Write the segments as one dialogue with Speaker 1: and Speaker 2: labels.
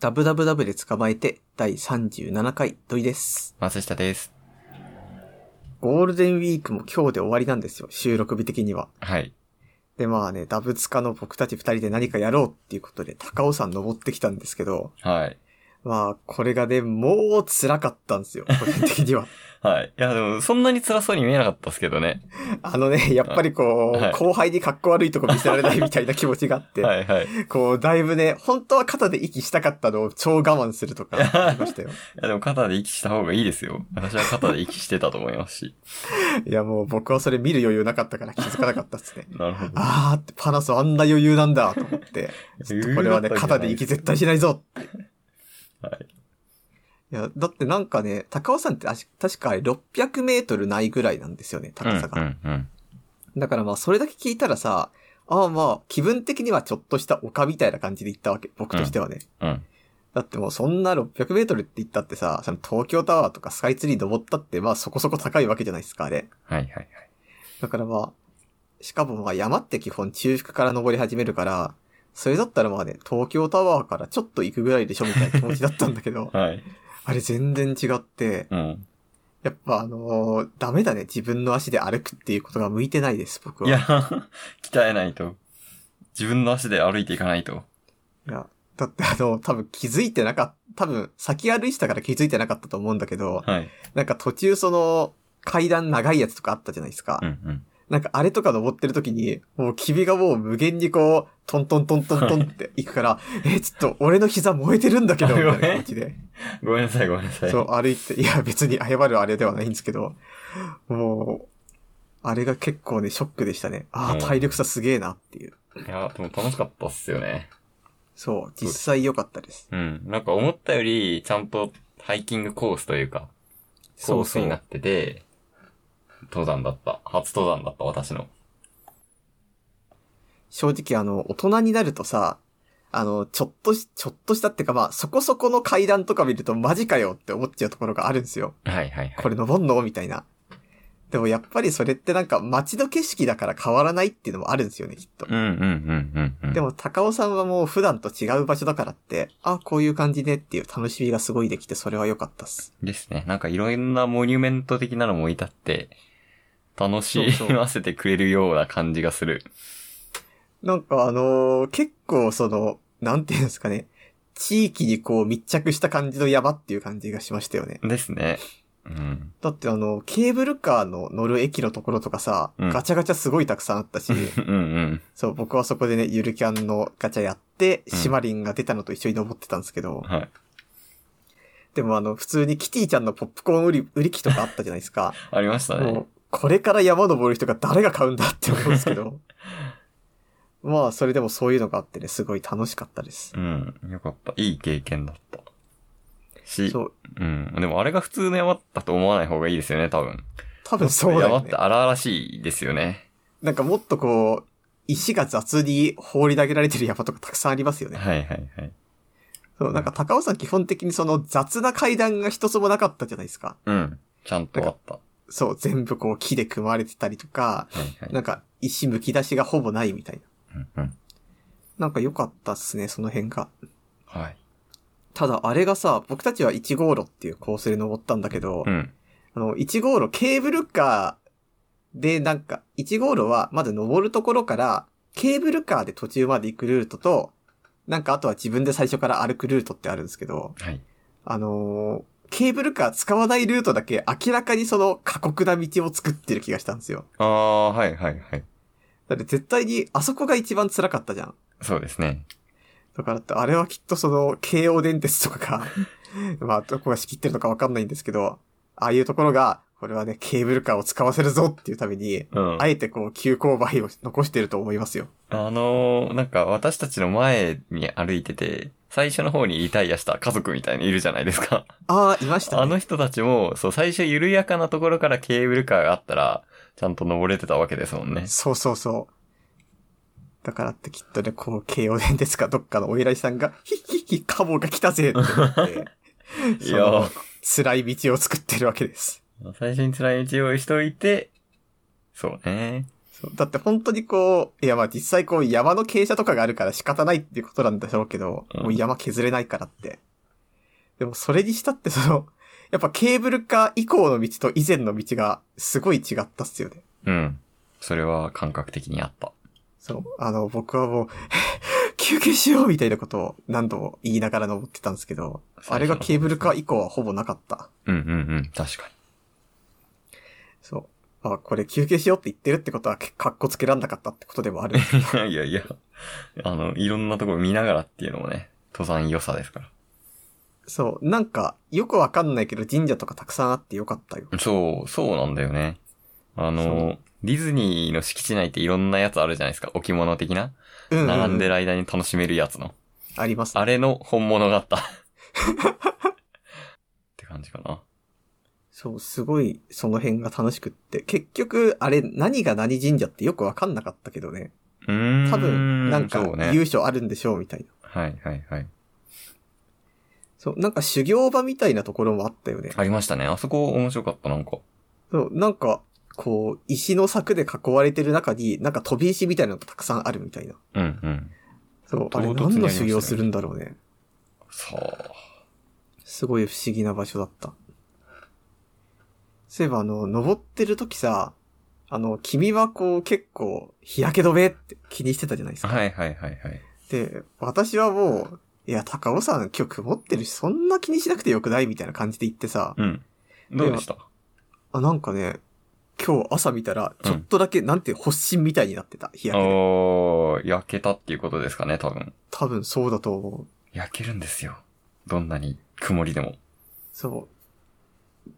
Speaker 1: ダブダブダブで捕まえて第37回土井です。
Speaker 2: 松下です。
Speaker 1: ゴールデンウィークも今日で終わりなんですよ、収録日的には。
Speaker 2: はい。
Speaker 1: で、まあね、ダブツカの僕たち二人で何かやろうっていうことで高尾山登ってきたんですけど、
Speaker 2: はい。
Speaker 1: まあ、これがね、もう辛かったんですよ、個人的に は。
Speaker 2: はい。いや、でも、そんなに辛そうに見えなかったですけどね。
Speaker 1: あのね、やっぱりこう、
Speaker 2: はい
Speaker 1: 後輩に格好悪いとこ見せられないみたいな気持ちがあって、
Speaker 2: はいはい。い
Speaker 1: こう、だいぶね、本当は肩で息したかったのを超我慢するとか、ありましたよ。
Speaker 2: や、でも肩で息した方がいいですよ。私は肩で息してたと思いますし。
Speaker 1: いや、もう僕はそれ見る余裕なかったから気づかなかったっすね。
Speaker 2: なるほど。
Speaker 1: あーって、パナソあんな余裕なんだと思 って、ちょっとこれはね、
Speaker 2: 余裕だったんじゃない
Speaker 1: 肩で息絶対しないぞって。
Speaker 2: はい。
Speaker 1: いや、だってなんかね、高尾山ってあし確かあれ600メートルないぐらいなんですよね、高さが。
Speaker 2: うんうんうん。
Speaker 1: だからまあ、それだけ聞いたらさ、ああまあ、気分的にはちょっとした丘みたいな感じで行ったわけ、僕としてはね。
Speaker 2: うん。
Speaker 1: だってもうそんな600メートルって言ったってさ、その東京タワーとかスカイツリー登ったってまあそこそこ高いわけじゃないですか、あれ。
Speaker 2: はいはいはい。、
Speaker 1: だからまあ、しかもまあ山って基本中腹から登り始めるから、それだったらまあね、東京タワーからちょっと行くぐらいでしょみたいな気持ちだったんだけど
Speaker 2: はい。
Speaker 1: あれ全然違って、
Speaker 2: うん。
Speaker 1: やっぱあのーダメだね、自分の足で歩くっていうことが向いてないです、僕は。
Speaker 2: いや、 鍛えないと。自分の足で歩いていかないと。
Speaker 1: いやだってあの、多分気づいてなかった、多分先歩いてたから気づいてなかったと思うんだけど、
Speaker 2: はい。
Speaker 1: なんか途中その、階段長いやつとかあったじゃないですか。
Speaker 2: うんうん。
Speaker 1: なんかあれとか登ってる時に、もう君がもう無限にこう、トントントントントンって行く から、え、ちょっと俺の膝燃えてるんだけど、みたいな感じで。
Speaker 2: ごめんなさいごめんなさい。
Speaker 1: そう、歩いて、いや別に謝るあれではないんですけど、もう、あれが結構ね、ショックでしたね。あ
Speaker 2: うん
Speaker 1: あ、体力差すげえなっていう。
Speaker 2: いや、でも楽しかったっすよね。
Speaker 1: そう、実際良かったです。
Speaker 2: うん。なんか思ったより、ちゃんとハイキングコースというか、コ
Speaker 1: そう
Speaker 2: ース
Speaker 1: そ
Speaker 2: にな
Speaker 1: う
Speaker 2: っ。てて、登山だった。初登山だった、私の。
Speaker 1: 正直あの、大人になるとさ、あの、ちょっとし、ちょっとしたってかまあ、そこそこの階段とか見るとマジかよって思っちゃうところがあるんですよ。
Speaker 2: はいはいはい。
Speaker 1: これ登んのみたいな。でもやっぱりそれってなんか街の景色だから変わらないっていうのもあるんですよね、きっと。
Speaker 2: うんうんうんうんうん。
Speaker 1: で、も高尾さんはもう普段と違う場所だからって、あ、こういう感じねっていう楽しみがすごいできて、それは良かったっす。
Speaker 2: ですね。なんかいろんなモニュメント的なのもいたって、楽し
Speaker 1: そうそう
Speaker 2: ませてくれるような感じがする。
Speaker 1: なんかあのー結構その、なんていうんですかね、地域にこう密着した感じの山っていう感じがしましたよね。
Speaker 2: ですね。うん。
Speaker 1: だってあの、ケーブルカーの乗る駅のところとかさ、
Speaker 2: うん
Speaker 1: ガチャガチャすごいたくさんあったし、
Speaker 2: うんうん。
Speaker 1: そう、僕はそこでね、ゆるキャンのガチャやって、
Speaker 2: うん
Speaker 1: シマリンが出たのと一緒に登ってたんですけど、
Speaker 2: はい。
Speaker 1: でもあの、普通にキティちゃんのポップコーン売り、 売り機とかあったじゃないですか。
Speaker 2: ありました
Speaker 1: も
Speaker 2: ね。
Speaker 1: う、これから山登る人が誰が買うんだって思うんですけ ど。まあ、それでもそういうのがあってね、すごい楽しかったです
Speaker 2: う。ん。よかった。いい経験だった。し、
Speaker 1: そう、
Speaker 2: うん。でもあれが普通の山だと思わない方がいいですよね、多分。
Speaker 1: 多分そうだ
Speaker 2: 山
Speaker 1: よ
Speaker 2: っ
Speaker 1: ね
Speaker 2: て。荒々しいですよね。
Speaker 1: なんかもっとこう、石が雑に放り投げられてる山とかたくさんありますよね。
Speaker 2: はいはいはい。
Speaker 1: そう、なんか高尾さん基本的にその雑な階段が一つもなかったじゃないですか。
Speaker 2: うん。ちゃんとあった。は
Speaker 1: そう、全部こう木で組まれてたりとか、
Speaker 2: いは。
Speaker 1: ないんか石剥き出しがほぼないみたいな。
Speaker 2: うんうん。
Speaker 1: なんか良かったっすね、その辺が。
Speaker 2: はい。
Speaker 1: ただあれがさ、僕たちは1号路っていうコースで登ったんだけど、
Speaker 2: うん。
Speaker 1: あの、1号路ケーブルカーでなんか、1号路はまず登るところから、ケーブルカーで途中まで行くルートと、なんかあとは自分で最初から歩くルートってあるんですけど、
Speaker 2: はい。
Speaker 1: あのーケーブルカー使わないルートだけ明らかにその過酷な道を作ってる気がしたんですよ。
Speaker 2: ああ、はいはいはい。
Speaker 1: だって絶対にあそこが一番辛かったじゃん。
Speaker 2: そうですね。
Speaker 1: だからって、あれはきっとその、京王電鉄とかが、 まあ、どこが仕切ってるのかわかんないんですけど、ああいうところが、これはね、ケーブルカーを使わせるぞっていうために、
Speaker 2: うん。
Speaker 1: あえてこう、急勾配を残してると思いますよ。
Speaker 2: あのー、なんか私たちの前に歩いてて、最初の方にリタイアした家族みたいにいるじゃないですか。
Speaker 1: ああ、いましたね。
Speaker 2: あの人たちも、そう、最初緩やかなところからケーブルカーがあったら、ちゃんと登れてたわけですもん ね。
Speaker 1: そうそうそう。だからってきっとね、こう、京王電鉄かどっかのお偉いさんが、ヒッヒッヒッ、カモが来たぜって思 って、
Speaker 2: い
Speaker 1: そ
Speaker 2: や
Speaker 1: の
Speaker 2: ー、
Speaker 1: 辛い道を作ってるわけです。
Speaker 2: 最初に辛い道をしておいて、そうね。
Speaker 1: そうだって本当にこう、いやまあ実際こう山の傾斜とかがあるから仕方ないっていうことなんだろうけど、
Speaker 2: うん
Speaker 1: もう山削れないからって。でもそれにしたってその、やっぱケーブルカー以降の道と以前の道がすごい違ったっすよね。
Speaker 2: うん。それは感覚的にあった。
Speaker 1: そう、あの僕はもう、 休憩しようみたいなことを何度も言いながら登ってたんですけど、あれがケーブルカー以降はほぼなかった。
Speaker 2: うんうんうん。確か
Speaker 1: そう。あ、これ休憩しようって言ってるってことは、かっこつけらんなかったってことでもある。
Speaker 2: に。 いやいやいや。あの、いろんなところ見ながらっていうのもね、登山良さですか
Speaker 1: そう。なんか、よくわかんないけど神社とかたくさんあってよかったよ。
Speaker 2: ら。そう、そうなんだよね。あ
Speaker 1: そ
Speaker 2: の、ディズニーの敷地内っていろんなやつあるじゃないですか。置物的な。
Speaker 1: うん、うん。
Speaker 2: 並んでる間に楽しめるやつの。
Speaker 1: あります。
Speaker 2: あれの本物だった。って感じかな。
Speaker 1: そう、すごい、その辺が楽しくって。結局、あれ、何が何神社ってよくわかんなかったけどね。
Speaker 2: うーん。
Speaker 1: 多分、なんか
Speaker 2: そう、ね。
Speaker 1: 優勝あるんでしょう、みたいな。
Speaker 2: はいはいはい。
Speaker 1: そう、なんか修行場みたいなところもあったよね。
Speaker 2: ありましたね。あそこ面白かった、なんか。
Speaker 1: そう、なんか、こう、石の柵で囲われてる中に、なんか飛び石みたいなのがたくさんあるみたいな。
Speaker 2: うんうん。
Speaker 1: そう、あれ
Speaker 2: 唐突にあり
Speaker 1: 何
Speaker 2: ま
Speaker 1: の
Speaker 2: し
Speaker 1: 修
Speaker 2: たね
Speaker 1: 行するんだろうね。
Speaker 2: そう。
Speaker 1: すごい不思議な場所だった。そういえばあの、登ってる時さ、あの、君はこう結構日焼け止めって気にしてたじゃないですか。
Speaker 2: はいはいはいはい。
Speaker 1: で、私はもう、いや、高尾さん今日曇ってるし、そんな気にしなくてよくないみたいな感じで言ってさ、
Speaker 2: うん。どうでした
Speaker 1: あ、なんかね、今日朝見たら、ちょっとだけ、なんて、発疹みたいになってた、日焼けで。
Speaker 2: おー、焼けたっていうことですかね、多分。
Speaker 1: 多分そうだと思う。
Speaker 2: 焼けるんですよ。どんなに曇りでも。
Speaker 1: そ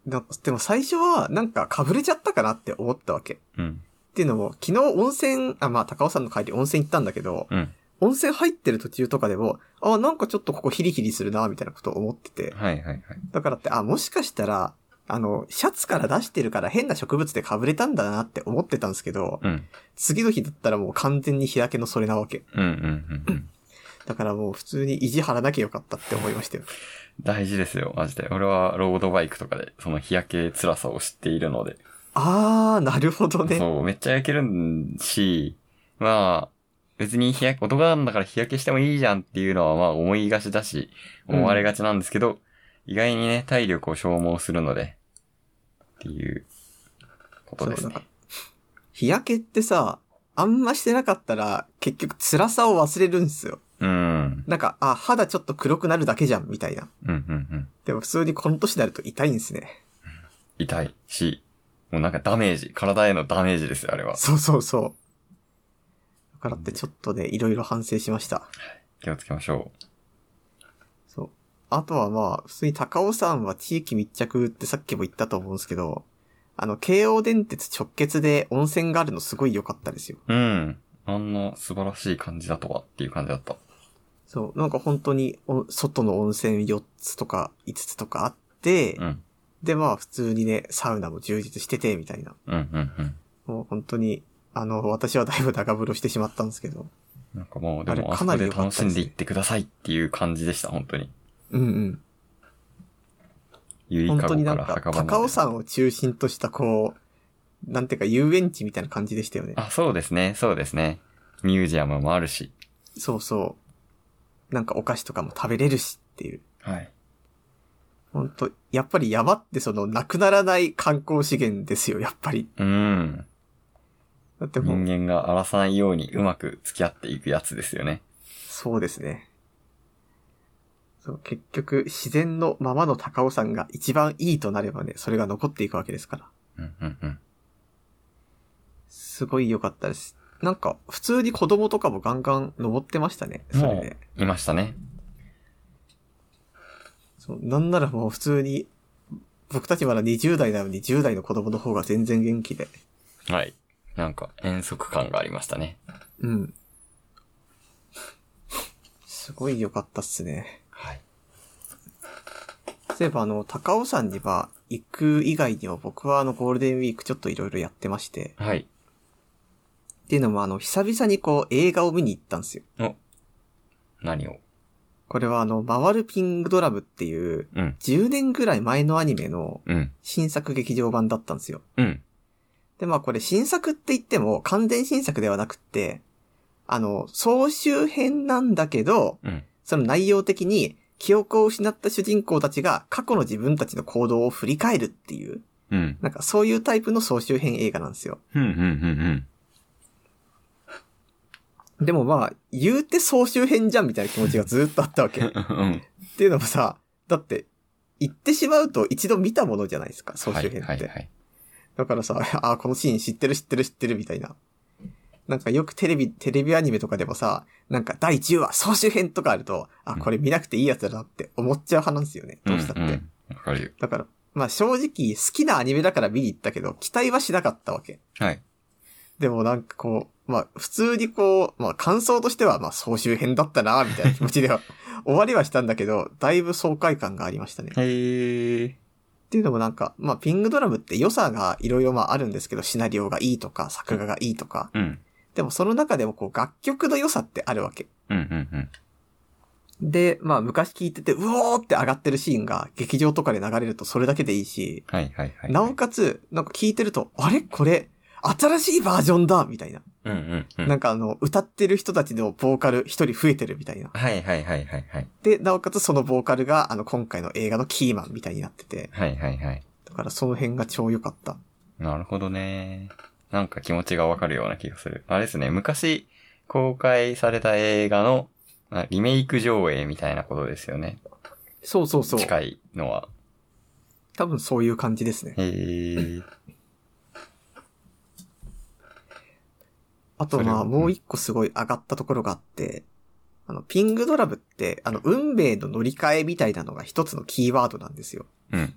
Speaker 1: う。なでも最初は、なんか被れちゃったかなって思ったわけ。
Speaker 2: うん。
Speaker 1: っていうのも、昨日温泉、あ、まあ、高尾山の帰り温泉行ったんだけど、
Speaker 2: うん。
Speaker 1: 温泉入ってる途中とかでも、あ、なんかちょっとここヒリヒリするな、みたいなことを思ってて。
Speaker 2: はいはいはい。
Speaker 1: だからって、あ、もしかしたら、あの、シャツから出してるから変な植物で被れたんだなって思ってたんですけど、
Speaker 2: うん。
Speaker 1: 次の日だったらもう完全に日焼けのそれなわけ。
Speaker 2: うんうんうんうん。
Speaker 1: だからもう普通に意地張らなきゃよかったって思いましたよ。
Speaker 2: 大事ですよ、マジで。俺はロードバイクとかで、その日焼け辛さを知っているので。
Speaker 1: あー、なるほどね。
Speaker 2: そう、めっちゃ焼けるんし、まあ、別に日焼け、男なんだから日焼けしてもいいじゃんっていうのはまあ思いがちだし、
Speaker 1: うん
Speaker 2: 思われがちなんですけど、意外にね、体力を消耗するので、っていうことです
Speaker 1: そう
Speaker 2: ね
Speaker 1: なん。日焼けってさ、あんましてなかったら、結局辛さを忘れるんですよ。
Speaker 2: うん。
Speaker 1: なんか、あ、肌ちょっと黒くなるだけじゃん、みたいな。
Speaker 2: うん、うん、うん。
Speaker 1: でも普通にこの年になると痛いんですね。
Speaker 2: 痛いし、もうなんかダメージ、体へのダメージですよ、あれは。
Speaker 1: そうそうそう。だからってちょっとね、いろいろ反省しました。
Speaker 2: 気をつけましょ
Speaker 1: そう。あとはまあ、普通に高尾山は地域密着ってさっきも言ったと思うんですけど、あの、京王電鉄直結で温泉があるのすごい良かったですよ。
Speaker 2: う。うん。あんな素晴らしい感じだとはっていう感じだった。
Speaker 1: そう、なんか本当にお、外の温泉4つとか5つとかあって、
Speaker 2: うん。
Speaker 1: でまあ普通にね、サウナも充実してて、みたいな。
Speaker 2: うん、うん、うん。
Speaker 1: もう本当に、あの、私はだいぶ長風呂してしまったんですけど。
Speaker 2: なんかもう、
Speaker 1: あ
Speaker 2: で
Speaker 1: れ
Speaker 2: も、あ
Speaker 1: か
Speaker 2: そ
Speaker 1: な
Speaker 2: こ
Speaker 1: り
Speaker 2: で
Speaker 1: 良かった
Speaker 2: 楽
Speaker 1: です
Speaker 2: し
Speaker 1: ね
Speaker 2: んでいってくださいっていう感じでした、本当に。
Speaker 1: うんうん。
Speaker 2: ゆり
Speaker 1: 本
Speaker 2: か
Speaker 1: 当
Speaker 2: ご
Speaker 1: にな
Speaker 2: か
Speaker 1: ん
Speaker 2: ら
Speaker 1: か、
Speaker 2: 墓場まで。
Speaker 1: 高尾山を中心としたこう、なんていうか遊園地みたいな感じでしたよね。
Speaker 2: あ、そうですね、そうですね。ミュージアムもあるし。
Speaker 1: そうそう。なんかお菓子とかも食べれるしっていう。
Speaker 2: はい。
Speaker 1: 本当やっぱり山ってその、なくならない観光資源ですよ、やっぱり。
Speaker 2: うん。
Speaker 1: だってもう、
Speaker 2: 人間が荒らさないようにうまく付き合っていくやつですよね。
Speaker 1: そうですね。そう、結局、自然のままの高尾山が一番いいとなればね、それが残っていくわけですから。
Speaker 2: うん、うん、うん。
Speaker 1: すごい良かったです。なんか、普通に子供とかもガンガン登ってましたね、それで。
Speaker 2: いましたね。
Speaker 1: そう、なんならもう普通に、僕たちまだ20代なのに10代の子供の方が全然元気で。
Speaker 2: はい。なんか、遠足感がありましたね。
Speaker 1: うん。すごい良かったっすね。
Speaker 2: はい。
Speaker 1: そういえばあの、高尾山には行く以外にも僕はあのゴールデンウィークちょっといろいろやってまして。
Speaker 2: はい。
Speaker 1: っていうのもあの、久々にこう映画を見に行ったんですよ。
Speaker 2: 何を
Speaker 1: これはあの、回るピングドラムっていう、
Speaker 2: うん。
Speaker 1: 10年ぐらい前のアニメの
Speaker 2: うん。
Speaker 1: 新作劇場版だったんですよ。
Speaker 2: うん。
Speaker 1: でで、まあこれ新作って言っても完全新作ではなくって、あの、総集編なんだけど、
Speaker 2: うん。
Speaker 1: その内容的に記憶を失った主人公たちが過去の自分たちの行動を振り返るっていう、
Speaker 2: うん。
Speaker 1: なんかそういうタイプの総集編映画なんですよ。
Speaker 2: うん、うん、うん、
Speaker 1: でもまあ、言うて総集編じゃんみたいな気持ちがずーっとあったわけ。っ
Speaker 2: うん。うん。
Speaker 1: ていうのもさ、だって、言ってしまうと一度見たものじゃないですか、総集編って。
Speaker 2: はい、はい、はい。
Speaker 1: だからさ、 あ、このシーン知ってる知ってる知ってるみたいな。なんかよくテレビ、テレビアニメとかでもさ、なんか第10話総集編とかあると、あ、これ見なくていいやつだなって思っちゃう派なんですよね。どうしたって。
Speaker 2: んんわかるよ。
Speaker 1: だから、まあ正直好きなアニメだから見に行ったけど、期待はしなかったわけ。
Speaker 2: はい。
Speaker 1: でもなんかこう、まあ普通にこう、まあ感想としてはまあ総集編だったな、みたいな気持ちでは終わりはしたんだけど、だいぶ爽快感がありましたね。
Speaker 2: へえ。
Speaker 1: っていうのもなんか、まあ、ピングドラムって良さがいろいろまああるんですけど、シナリオがいいとか、作画がいいとか。
Speaker 2: うん。
Speaker 1: でもその中でもこう、楽曲の良さってあるわけ。
Speaker 2: うん、うん、うん。
Speaker 1: で、まあ、昔聴いてて、うおーって上がってるシーンが劇場とかで流れるとそれだけでいいし、
Speaker 2: はい、はい、はい。
Speaker 1: なおかつ、なんか聴いてると、あれこれ、新しいバージョンだみたいな。
Speaker 2: うん、うん、うん。
Speaker 1: なんかあの、歌ってる人たちのボーカル一人増えてるみたいな。
Speaker 2: はい、はい、はい、はい、はい。
Speaker 1: で、なおかつそのボーカルが、あの、今回の映画のキーマンみたいになってて、
Speaker 2: はい、はい、はい。
Speaker 1: だからその辺が超良かった。
Speaker 2: なるほどね。なんか気持ちがわかるような気がする。あれですね、昔公開された映画のあリメイク上映みたいなことですよね。
Speaker 1: そうそうそう。
Speaker 2: 近いのは。
Speaker 1: 多分そういう感じですね。
Speaker 2: へえ。
Speaker 1: あと
Speaker 2: それ
Speaker 1: ま
Speaker 2: は
Speaker 1: あもう一個すごい上がったところがあって、あの、ピングドラブって、あの、運命の乗り換えみたいなのが一つのキーワードなんですよ。
Speaker 2: うん。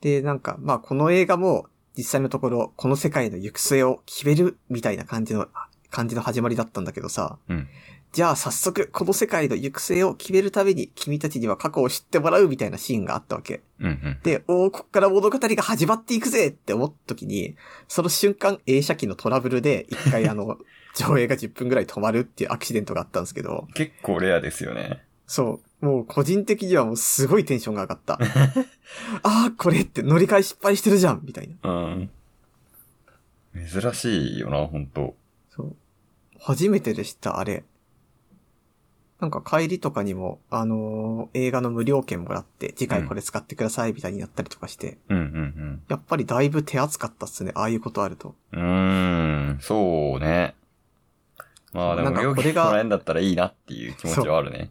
Speaker 1: で、なんか、まあこの映画も実際のところ、この世界の行く末を決めるみたいな感じの、感じの始まりだったんだけどさ、
Speaker 2: うん。
Speaker 1: じゃあ早速この世界の行く末を決めるために君たちには過去を知ってもらうみたいなシーンがあったわけ。
Speaker 2: うん。うん。
Speaker 1: で、おー、こっから物語が始まっていくぜって思った時に、その瞬間映写機のトラブルで、一回あの、上映が10分ぐらい止まるっていうアクシデントがあったんですけど、
Speaker 2: 結構レアですよね。
Speaker 1: そう、もう個人的にはもうすごいテンションが上がった。あー、これって乗り換え失敗してるじゃんみたいな。
Speaker 2: うん。珍しいよな、ほんと。
Speaker 1: そう。初めてでした、あれ。なんか帰りとかにも、あのー映画の無料券もらって、次回これ使ってくださいみたいになったりとかして、
Speaker 2: うんうん
Speaker 1: やっぱりだいぶ手厚かったっすね、ああいうことあると。
Speaker 2: うん。うーん、そうね。まあで
Speaker 1: なん
Speaker 2: も、
Speaker 1: か
Speaker 2: 料
Speaker 1: これ
Speaker 2: 金
Speaker 1: が
Speaker 2: もらえんだったらいいなっていう気持ちはあるね。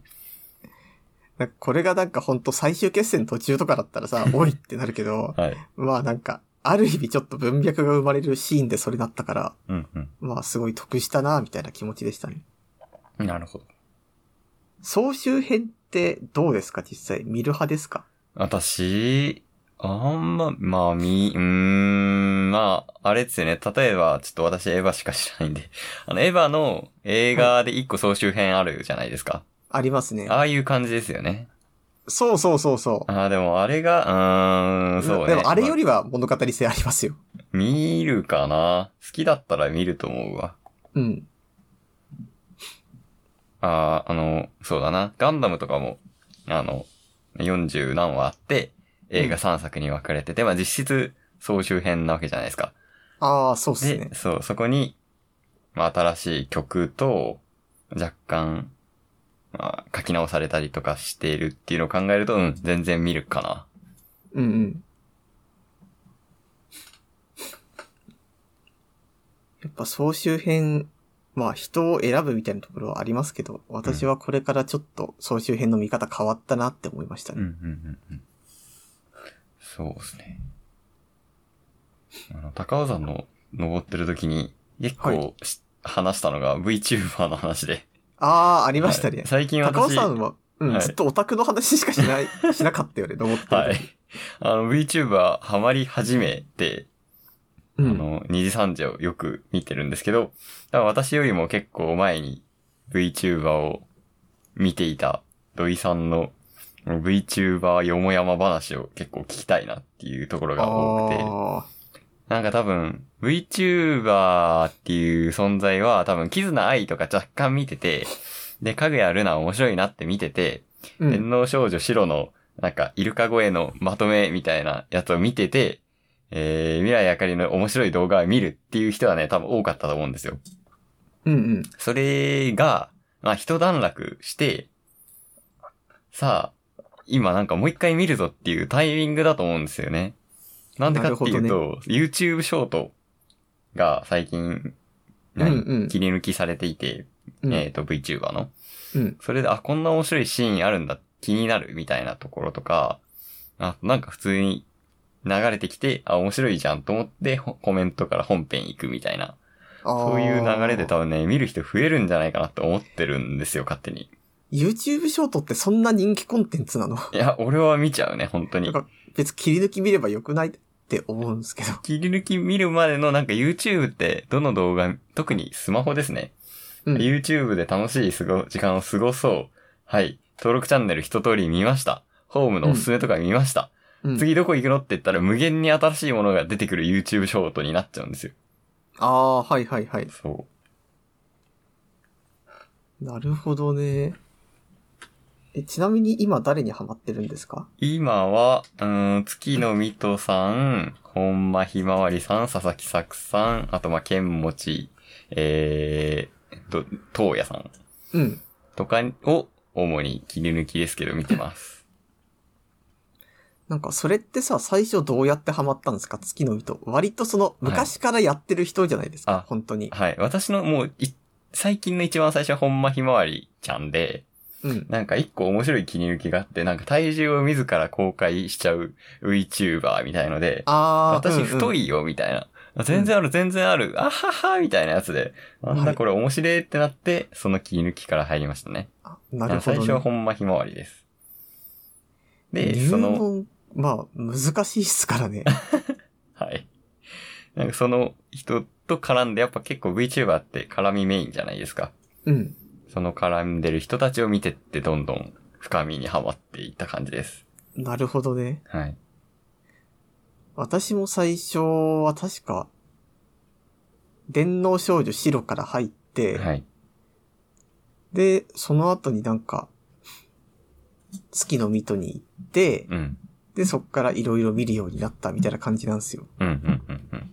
Speaker 1: なんかこれがなんかほんと最終決戦途中とかだったら さ、おいってなるけど、
Speaker 2: はい。
Speaker 1: まあなんか、ある意味ちょっと文脈が生まれるシーンでそれだったから、
Speaker 2: うん
Speaker 1: まあすごい得したな、みたいな気持ちでしたね。
Speaker 2: うん。なるほど。
Speaker 1: 総集編ってどうですか実際、見る派ですか
Speaker 2: 私、あんま、まあ、み、うーん、まあ、あれですよね。例えば、ちょっと私エヴァしか知らないんで。 あの、エヴァの映画で一個総集編あるじゃないですか。
Speaker 1: ありますね。
Speaker 2: ああいう感じですよね。
Speaker 1: そうそうそうそう。
Speaker 2: ああ、でもあれが、うーん、そうね。
Speaker 1: でもあれよりは物語性ありますよ。
Speaker 2: まあ見るかな。好きだったら見ると思うわ。
Speaker 1: うん。
Speaker 2: ああ、あの、そうだな。ガンダムとかも、あの、40何話あって、映画3作に分かれてて、まあ実質総集編なわけじゃないですか。
Speaker 1: ああ、そうっすね
Speaker 2: で、。そう、そこに、まあ、新しい曲と、若干、まあ、書き直されたりとかしているっていうのを考えると、うん、全然見るか
Speaker 1: う
Speaker 2: な。
Speaker 1: んうん。やっぱ総集編、まあ人を選ぶみたいなところはありますけど、私はこれからちょっと総集編の見方変わったなって思いました
Speaker 2: うん、
Speaker 1: ね。
Speaker 2: うん、うん、うん。そうですね。あの、高尾山の登ってる時に、結構、
Speaker 1: はい
Speaker 2: し話したのが VTuber の話で。
Speaker 1: ああ、ありました
Speaker 2: はい
Speaker 1: ね。
Speaker 2: 最近私、
Speaker 1: 高尾さんは、うん、
Speaker 2: はい
Speaker 1: ずっとオタクの話しかしない、しなかったよね、登ってる時
Speaker 2: はい。あの、VTuber ハマり始めて、
Speaker 1: う
Speaker 2: あ
Speaker 1: ん。
Speaker 2: の、二次三次をよく見てるんですけど、だから私よりも結構前に VTuber を見ていた土井さんの VTuber よもやま話を結構聞きたいなっていうところが多くて、
Speaker 1: ああ、
Speaker 2: なんか多分 VTuber っていう存在は多分キズナアイとか若干見てて、で、かぐやルナ面白いなって見てて、
Speaker 1: うん。
Speaker 2: 天皇少女白の、なんか、イルカ声のまとめみたいなやつを見てて、えー、未来あかりの面白い動画を見るっていう人はね、多分多かったと思うんですよ。
Speaker 1: うんうん。
Speaker 2: それが、まあ、一段落して、さあ、今なんかもう一回見るぞっていうタイミングだと思うんですよね。なんでかっていう
Speaker 1: なる
Speaker 2: と、YouTube ショートが最近、
Speaker 1: う
Speaker 2: 何、
Speaker 1: んうん
Speaker 2: 切り抜きされていて、
Speaker 1: うん
Speaker 2: えっ、と、VTuber の。
Speaker 1: うん
Speaker 2: それで、あ、こんな面白いシーンあるんだ、気になるみたいなところとか、あ、なんか普通に流れてきて、あ、面白いじゃんと思って、ほコメントから本編行くみたいな。そういう流れで
Speaker 1: た
Speaker 2: 多分ね、見る人増えるんじゃないかなと思ってるんですよ、勝手に。
Speaker 1: YouTube ショートってそんな人気コンテンツなの
Speaker 2: いや、俺は見ちゃうね、本当に
Speaker 1: なん。か別に切り抜き見ればよくないって思うんですけど。
Speaker 2: 切り抜き見るまでのなんか YouTube ってどの動画、特にスマホですね。
Speaker 1: うん
Speaker 2: YouTube で楽しい過ご時間を過ごそう。はい。登録チャンネル一通り見ました。ホームのおすすめとか見ました。
Speaker 1: うん、
Speaker 2: 次どこ行くのって言ったら無限に新しいものが出てくる YouTube ショートになっちゃうんですよ。
Speaker 1: ああ、はいはいはい。
Speaker 2: そ
Speaker 1: なるほどね。え、ちなみに今誰にハマってるんですか
Speaker 2: う。今は、うーん、月の水戸さん、本間ひまわりさん、佐々木作さん、あとまあ、剣持ち、えー、と、東野さん
Speaker 1: うん。
Speaker 2: とかを主に切り抜きですけど見てます。
Speaker 1: なんかそれってさ、最初どうやってハマったんですか月の人。割とその昔からやってる人じゃないですか、
Speaker 2: あ
Speaker 1: 本当に。
Speaker 2: はい。私のもうい、最近の一番最初はほんまひまわりちゃんで、
Speaker 1: うん。
Speaker 2: なんか一個面白い切り抜きがあって、なんか体重を自ら公開しちゃう VTuber みたいので、
Speaker 1: ああ、
Speaker 2: 私太
Speaker 1: い。
Speaker 2: いよみたいな。あ全然ある、全然ある、あははみたいなやつで、
Speaker 1: い
Speaker 2: なんだこれ面白いってなって、その切り抜きから入りましたね。
Speaker 1: あなるほ
Speaker 2: 最
Speaker 1: ど、
Speaker 2: 初は
Speaker 1: ね。
Speaker 2: ほんまひまわりです。で、
Speaker 1: 入
Speaker 2: その、
Speaker 1: 門、まあ、難しいっすからね。
Speaker 2: はい。なんかその人と絡んで、やっぱ結構 VTuber って絡みメインじゃないですか。
Speaker 1: うん。
Speaker 2: その絡んでる人たちを見てってどんどん深みにはまっていった感じです。
Speaker 1: なるほどね。
Speaker 2: はい。
Speaker 1: 私も最初は確か、電脳少女白から入って、
Speaker 2: はい。
Speaker 1: で、その後になんか、月の水戸に行って、
Speaker 2: うん。
Speaker 1: で、そっからいろいろ見るようになったみたいな感じなんですよ。
Speaker 2: うん、うん、うん、うん。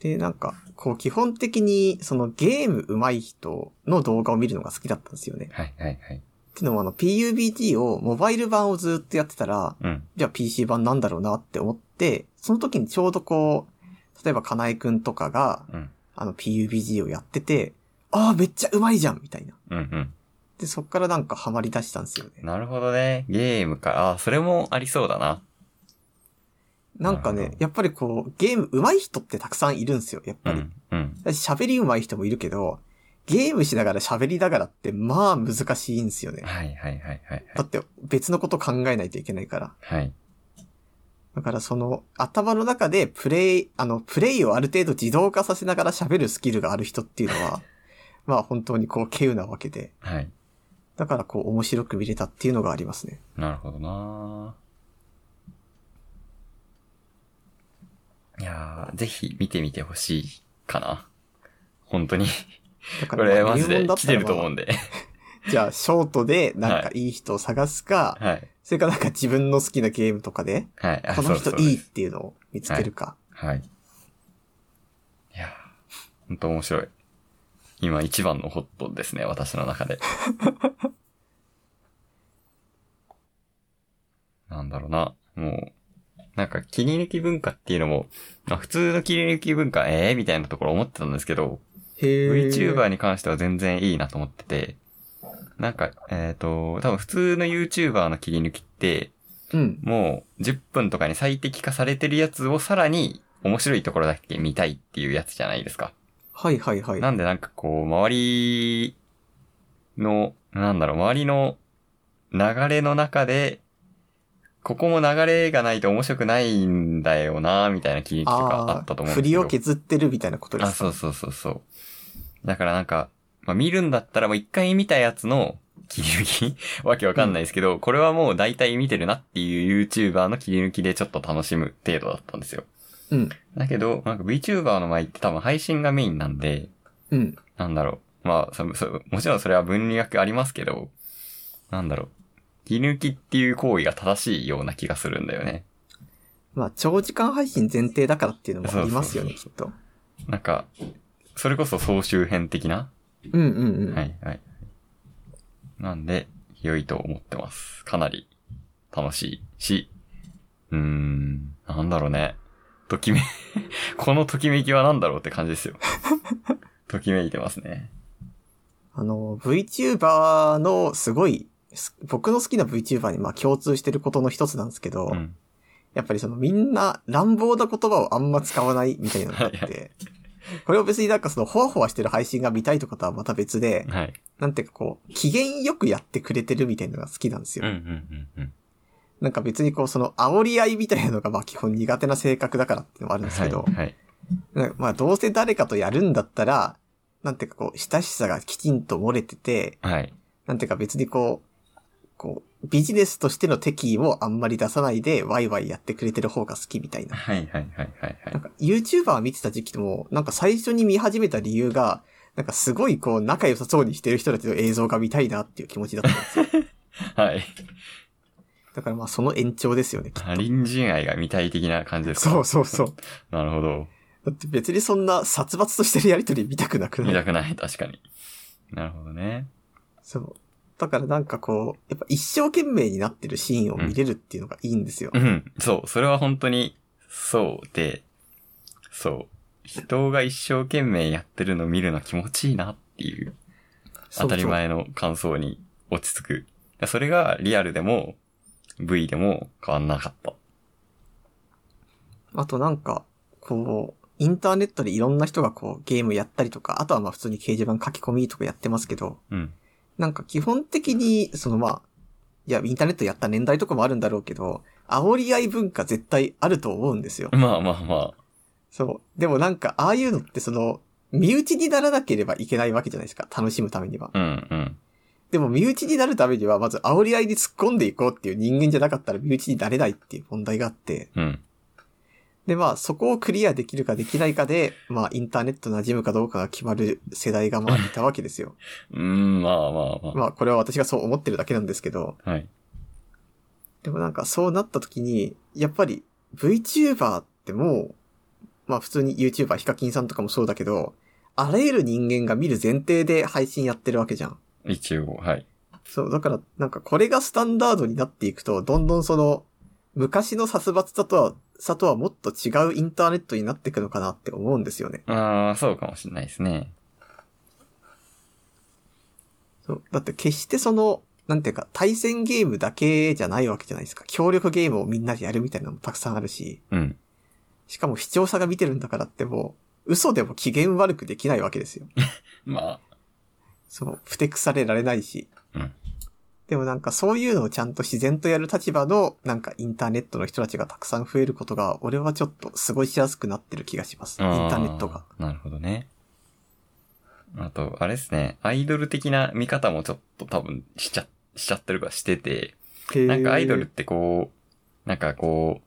Speaker 1: で、なんか、こう基本的に、そのゲーム上手い人の動画を見るのが好きだったんですよね。
Speaker 2: はい、はい、はい。
Speaker 1: っていうのもあの、PUBG をモバイル版をずっとやってたら、
Speaker 2: うん。
Speaker 1: じゃあ PC 版なんだろうなって思って、その時にちょうどこう、例えばかなえくんとかが、
Speaker 2: うん。
Speaker 1: あの PUBG をやってて、ああ、めっちゃうまいじゃんみたいな。
Speaker 2: うん、
Speaker 1: で、そっからなんかハマり出したんですよ
Speaker 2: うん。
Speaker 1: ね。
Speaker 2: なるほどね。ゲームか。あ、それもありそうだな。
Speaker 1: なんか
Speaker 2: なるほ
Speaker 1: ね
Speaker 2: ど、
Speaker 1: やっぱりこう、ゲーム上手い人ってたくさんいるんですよ、やっ
Speaker 2: う
Speaker 1: ぱり。
Speaker 2: ん、うん。
Speaker 1: だし喋り上手い人もいるけど、ゲームしながら喋りながらって、まあ難しいんですよね。
Speaker 2: はい、はい、はい、はい。
Speaker 1: だって別のこと考えないといけないから。
Speaker 2: はい。
Speaker 1: だからその頭の中でプレイ、あの、プレイをある程度自動化させながら喋るスキルがある人っていうの は、まあ本当にこう、稀有なわけで。
Speaker 2: はい。
Speaker 1: だからこう、面白く見れたっていうのがありますね。
Speaker 2: なるほどないやー、ぜひ見てみてほしいかな。本当に。
Speaker 1: だか
Speaker 2: こ
Speaker 1: ら
Speaker 2: れ
Speaker 1: まあ
Speaker 2: マジ
Speaker 1: 入
Speaker 2: で
Speaker 1: 門だっ
Speaker 2: 来
Speaker 1: た
Speaker 2: て
Speaker 1: ら
Speaker 2: ると思
Speaker 1: ま
Speaker 2: う
Speaker 1: あ
Speaker 2: んで。
Speaker 1: じゃあ、ショートで、なんかいい人を探すか、
Speaker 2: はい。
Speaker 1: それかなんか自分の好きなゲームとかで、
Speaker 2: はい。あ
Speaker 1: この
Speaker 2: そう
Speaker 1: 人
Speaker 2: そう
Speaker 1: い
Speaker 2: で
Speaker 1: いっ
Speaker 2: す
Speaker 1: ていうのを見つけるか。
Speaker 2: はい。いやー、ほんと面白い。今一番のホットですね、私の中で。 なんだろうな、もう、なんか切り抜き文化っていうのも、あ普通の切り抜き文化、ええー、みたいなところ思ってたんですけど、
Speaker 1: へ
Speaker 2: VTuber に関しては全然いいなと思ってて、なんか、えっ、と、多分普通の YouTuber の切り抜きって、
Speaker 1: うん。
Speaker 2: もう10分とかに最適化されてるやつをさらに面白いところだけ見たいっていうやつじゃないですか。
Speaker 1: はいはいはい。
Speaker 2: なんでなんかこう、周りの、なんだろう、周りの流れの中で、ここも流れがないと面白くないんだよなみたいな気があ
Speaker 1: あ
Speaker 2: ったと
Speaker 1: あ、
Speaker 2: 思うん
Speaker 1: 振
Speaker 2: ですけ
Speaker 1: り
Speaker 2: ど。
Speaker 1: を削ってるみたいなことで
Speaker 2: あ、
Speaker 1: すか。
Speaker 2: そうそうそうそう。だからなんか、まあ、見るんだったらもう一回見たやつの切り抜き わけわかんないですけど、これはもう大体見てるなっていう YouTuber の切り抜きでちょっと楽しむ程度だったんですよ。
Speaker 1: うん。
Speaker 2: だけど、なんか VTuber の場合って多分配信がメインなんで、
Speaker 1: うん。
Speaker 2: なんだろう。まあ、そそもちろんそれは文脈ありますけど、なんだろう。切り抜きっていう行為が正しいような気がするんだよね。
Speaker 1: まあ、長時間配信前提だからっていうのもありますよね、き
Speaker 2: そ
Speaker 1: っと。
Speaker 2: なんか、それこそ総集編的な
Speaker 1: うんうんうん。
Speaker 2: はいはい。なんで、良いと思ってます。かなり楽しいし、うーん、なんだろうね。ときめ、 このときめきはなんだろうって感じで すよ。ときめいてますね。
Speaker 1: あの、VTuber のすごい、す僕の好きな VTuber にまあ共通してることの一つなんですけど、
Speaker 2: うん。
Speaker 1: やっぱりそのみんな乱暴な言葉をあんま使わないみたいなのがあっ
Speaker 2: はい
Speaker 1: て、これを別になんかそのほわほわしてる配信が見たいとかとはまた別で、
Speaker 2: はい。
Speaker 1: なんていうかこう、機嫌よくやってくれてるみたいなのが好きなんです
Speaker 2: うん
Speaker 1: よ。
Speaker 2: うんうん
Speaker 1: なんか別にこうその煽り合いみたいなのがまあ基本苦手な性格だからっていうのもある
Speaker 2: うんん。
Speaker 1: です
Speaker 2: は
Speaker 1: け
Speaker 2: い。
Speaker 1: ど、
Speaker 2: はい。
Speaker 1: なんかまあどうせ誰かとやるんだったら、なんていうかこう、親しさがきちんと漏れてて、
Speaker 2: はい。
Speaker 1: なんていうか別にこう、こう、ビジネスとしての敵意をあんまり出さないでワイワイやってくれてる方が好きみたいな。
Speaker 2: はいはいはいはいは
Speaker 1: なん
Speaker 2: い。
Speaker 1: か YouTuber 見てた時期も、なんか最初に見始めた理由が、なんかすごいこう仲良さそうにしてる人たちの映像が見たいなっていう気持ちだったんですよ。
Speaker 2: はい。
Speaker 1: だからまあその延長ですよね。きっと
Speaker 2: 隣人愛が見たい的な感じですか
Speaker 1: そうそうそう。
Speaker 2: なるほど。
Speaker 1: だって別にそんな殺伐としてるやりとり見たくなくな
Speaker 2: 見
Speaker 1: い
Speaker 2: たくない。確かに。なるほどね。
Speaker 1: そう。だからなんかこう、やっぱ一生懸命になってるシーンを見れるっていうのがいいんですよ。
Speaker 2: うん、そう、それは本当に、そうで、そう。人が一生懸命やってるの見るの気持ちいいなっていう、
Speaker 1: そうそう
Speaker 2: 当たり前の感想に落ち着く。それがリアルでも、V でも変わんなかった。
Speaker 1: あとなんか、こう、インターネットでいろんな人がこうゲームやったりとか、あとはまあ普通に掲示板書き込みとかやってますけど、
Speaker 2: うん。
Speaker 1: なんか基本的に、そのまあ、いや、インターネットやった年代とかもあるんだろうけど、煽り合い文化絶対あると思うんですよ。
Speaker 2: まあまあま
Speaker 1: そう。でもなんか、ああいうのってその、身内にならなければいけないわけじゃないですか。楽しむためには。
Speaker 2: あ、うんうん。
Speaker 1: でも身内になるためには、まず煽り合いに突っ込んでいこうっていう人間じゃなかったら身内になれないっていう問題があって、
Speaker 2: うん。
Speaker 1: でまあそこをクリアできるかできないかで、まあインターネット馴染むかどうかが決まる世代がまあいたわけですよ。
Speaker 2: うん、まあまあま
Speaker 1: まあこれは私がそう思ってるだけなんですけど、
Speaker 2: あ。はい。
Speaker 1: でもなんかそうなった時に、やっぱり VTuber ってもう、まあ普通に YouTuber ヒカキンさんとかもそうだけど、あらゆる人間が見る前提で配信やってるわけじゃん。
Speaker 2: 一応、はい。
Speaker 1: そう、だから、なんかこれがスタンダードになっていくと、どんどんその、昔の殺伐さとは、さとはもっと違うインターネットになっていくのかなって思うんですよね。
Speaker 2: ああ、そうかもしれないですね。
Speaker 1: そう。だって決してその、なんていうか、対戦ゲームだけじゃないわけじゃないですか。協力ゲームをみんなでやるみたいなのもたくさんあるし、
Speaker 2: うん。
Speaker 1: しかも視聴者が見てるんだからってもう、嘘でも機嫌悪くできないわけですよ。
Speaker 2: ま
Speaker 1: そう、ふてくされられないし。
Speaker 2: あ、うん。
Speaker 1: でもなんかそういうのをちゃんと自然とやる立場のなんかインターネットの人たちがたくさん増えることが俺はちょっと過ごしやすくなってる気がします。イン
Speaker 2: あ
Speaker 1: ターネットが。。
Speaker 2: なるほどね。あと、あれですね、アイドル的な見方もちょっと多分しちゃ、しちゃってるかしてて、なんかアイドルってこう、なんかこ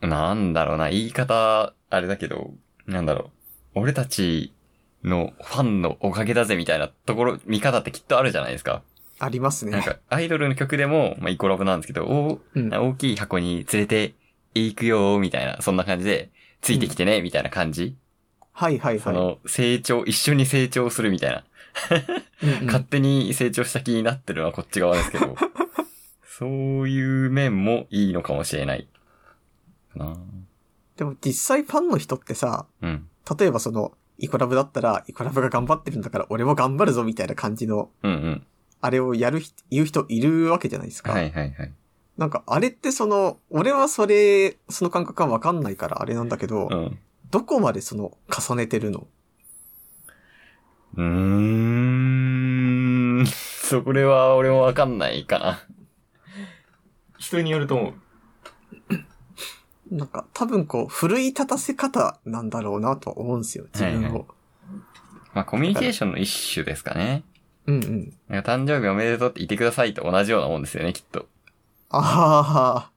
Speaker 2: う、なんだろうな、言い方、あれだけど、なんだろう、俺たちのファンのおかげだぜみたいなところ、見方ってきっとあるじゃないですか。
Speaker 1: あります
Speaker 2: なん
Speaker 1: ね。
Speaker 2: か、アイドルの曲でも、まあ、イコラブなんですけど、お
Speaker 1: うん。
Speaker 2: 大きい箱に連れて行くよーみたいな、そんな感じで、ついてきてね、みたいな感じ。
Speaker 1: はいはいは
Speaker 2: そ
Speaker 1: い。
Speaker 2: の、成長、一緒に成長するみたいな。
Speaker 1: うんうん
Speaker 2: 勝手に成長した気になってるのはこっち側ですけ ど。そういう面もいいのかもしれない。かな
Speaker 1: でも実際ファンの人ってさ、
Speaker 2: うん。
Speaker 1: 例えばその、イコラブだったら、イコラブが頑張ってるんだから俺も頑張るぞみたいな感じの、
Speaker 2: うんうん。
Speaker 1: あれをやる人、言う人いるわけじゃないですか。
Speaker 2: はいはいはい。
Speaker 1: なんかあれってその、俺はそれ、その感覚はわかんないからあれなんだけど、
Speaker 2: うん。
Speaker 1: どこまでその、重ねてるの
Speaker 2: うーん。そこれは俺もわかんないかな。人によると思う。
Speaker 1: なんか、多分こう、奮い立たせ方なんだろうなとは思うんですよ、自分を。
Speaker 2: はいはいまあコミュニケーションの一種ですかね。
Speaker 1: うんうん。
Speaker 2: なんか誕生日おめでとうって言ってくださいと同じようなもんですよね、きっと。
Speaker 1: ああ、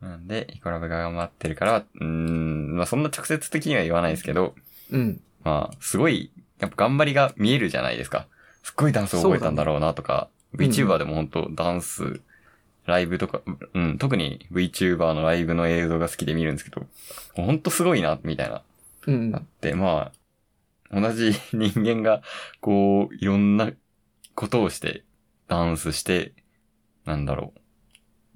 Speaker 2: なんで、イコラブが頑張ってるから、うーん、まあそんな直接的には言わないですけど、
Speaker 1: うん。
Speaker 2: まあ、すごい、やっぱ頑張りが見えるじゃないですか。すっごいダンスを覚えたんだろうなとか、
Speaker 1: うだね
Speaker 2: VTuber でも本当ダンスライブとか、うん、特に VTuber のライブの映像が好きで見るんですけど、もうほんとすごいな、みたいな。
Speaker 1: う
Speaker 2: なっ
Speaker 1: ん。
Speaker 2: て、まあ、同じ 人間が、こう、いろんなことをして、ダンスして、なんだろ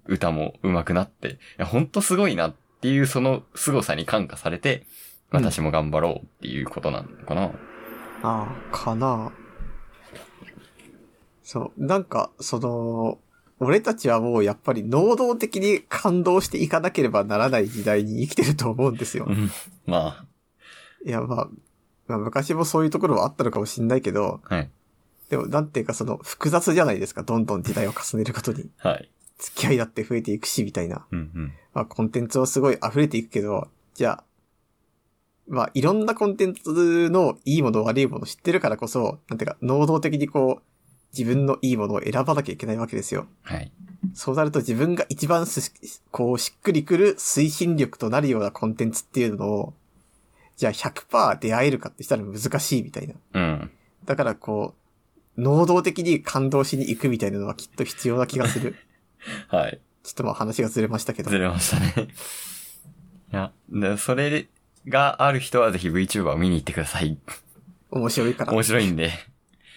Speaker 2: う、歌も上手くなって、いや、ほんとすごいなっていうその凄さに感化されて、
Speaker 1: うん
Speaker 2: 私も頑張ろうっていうことなのかな。
Speaker 1: ああ、かなそう。なんか、その、俺たちはもうやっぱり能動的に感動していかなければならない時代に生きてると思うんですよ
Speaker 2: う。んま
Speaker 1: いや、まあ、まあ昔もそういうところはあったのかもしんないけど、
Speaker 2: あ、はい。
Speaker 1: でもなんていうかその複雑じゃないですか。どんどん時代を重ねることに。
Speaker 2: はい。
Speaker 1: 付き合いだって増えていくし、みたいな。
Speaker 2: うんうん。
Speaker 1: まあコンテンツはすごい溢れていくけど、じゃあ、まあいろんなコンテンツのいいもの悪いものを知ってるからこそ、なんていうか、能動的にこう、自分のいいものを選ばなきゃいけないわけですよ。
Speaker 2: はい。
Speaker 1: そうなると自分が一番すし、こう、しっくりくる推進力となるようなコンテンツっていうのを、じゃあ100%出会えるかってしたら難しいみたいな。
Speaker 2: うん。
Speaker 1: だからこう、能動的に感動しに行くみたいなのはきっと必要な気がす る。
Speaker 2: はい。
Speaker 1: ちょっとまあ話がずれましたけど
Speaker 2: ず。れましたね。 いや、でそれがある人はぜひ VTuber を見に行ってください。
Speaker 1: 面白いから。
Speaker 2: 面白いんで。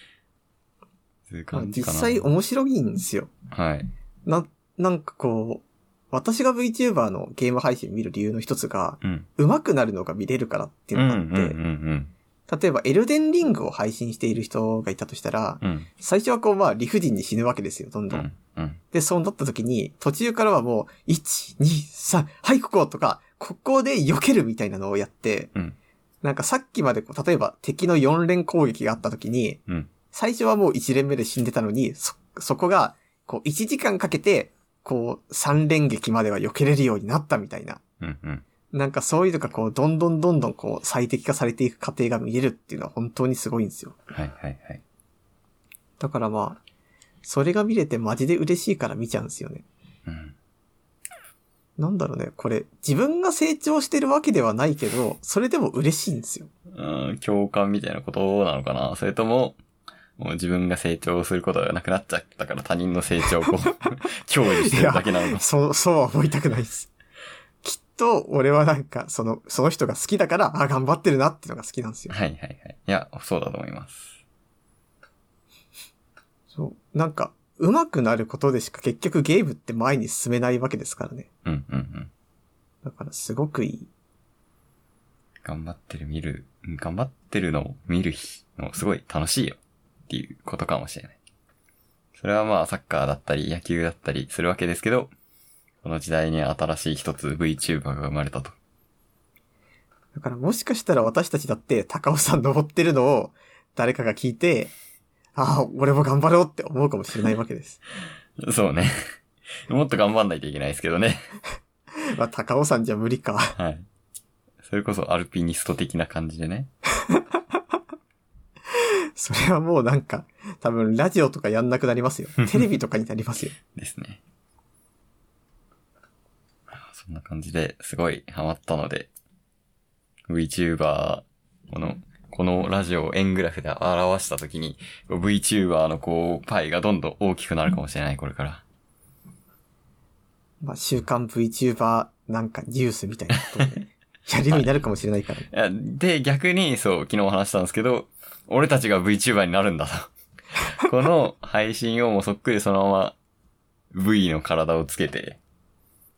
Speaker 2: そういう
Speaker 1: まあ
Speaker 2: 感じ
Speaker 1: 実
Speaker 2: かな。
Speaker 1: 際面白いんですよ。
Speaker 2: はい。
Speaker 1: な、なんかこう、私が VTuber のゲーム配信見る理由の一つが、
Speaker 2: うん。
Speaker 1: 上手くなるのが見れるからっていう
Speaker 2: うん
Speaker 1: の
Speaker 2: う
Speaker 1: があっ
Speaker 2: ん
Speaker 1: て、
Speaker 2: うん
Speaker 1: 例えばエルデンリングを配信している人がいたとしたら、
Speaker 2: うん。うん。
Speaker 1: 最初はこうまあ理不尽に死ぬわけですよ、どん
Speaker 2: う
Speaker 1: どん。
Speaker 2: ん。うん。
Speaker 1: で、そうなった時に、途中からはもう、1、2、3、はい、こことか、ここで避けるみたいなのをやって、
Speaker 2: うん
Speaker 1: なんかさっきまでこう、例えば敵の4連攻撃があった時に、
Speaker 2: うん
Speaker 1: 最初はもう1連目で死んでたのに、そ、そこが、こう、1時間かけて、こう、3連撃までは避けれるようになったみたいな。
Speaker 2: うん。うん。
Speaker 1: なんかそういうのがこう、どんどんどんどんこう、最適化されていく過程が見れるっていうのは本当にすごいんですよ。
Speaker 2: はいはいはい。
Speaker 1: だからまあ、それが見れてマジで嬉しいから見ちゃうんですよね。
Speaker 2: うん。
Speaker 1: なんだろうね、これ、自分が成長してるわけではないけど、それでも嬉しいんですよ。
Speaker 2: うん、共感みたいなことなのかなそれとも、もう自分が成長することがなくなっちゃったから他人の成長をこう、享受してるだけなのか。
Speaker 1: そう、そうは思いたくないです。きっと、俺はなんか、その、その人が好きだから、あ、頑張ってるなっていうのが好きなんですよ。
Speaker 2: はいはいはい。いや、そうだと思います。
Speaker 1: そう。なんか、上手くなることでしか結局ゲームって前に進めないわけですからね。
Speaker 2: うんうんうん。
Speaker 1: だから、すごくいい。
Speaker 2: 頑張ってる見る、うん頑張ってるのを見る日もすごい楽しいよっていうことかもしれない。それはまあサッカーだったり野球だったりするわけですけど、この時代に新しい一つ VTuber が生まれたと。
Speaker 1: だから、もしかしたら私たちだって、高尾さん登ってるのを、誰かが聞いて、ああ、俺も頑張ろうって思うかもしれないわけです。
Speaker 2: そうね。 もっと頑張んないといけないですけどね。
Speaker 1: まあ、高尾さんじゃ無理か。
Speaker 2: はい。それこそアルピニスト的な感じでね。
Speaker 1: それはもうなんか、多分ラジオとかやんなくなりますよ。テレビとかになりますよ。
Speaker 2: ですね。そんな感じですごいハマったので、VTuber、この、このラジオを円グラフで表したときに、VTuber のこう、パイがどんどん大きくなるかもしれない、これから。
Speaker 1: まあ、週刊 VTuber なんかニュースみたいなことをね、やるようになるかもしれないから、ね。
Speaker 2: いやで、逆に、そう、昨日話したんですけど、俺たちが VTuber になるんだと。 この配信をもうそっくりそのまま V の体をつけて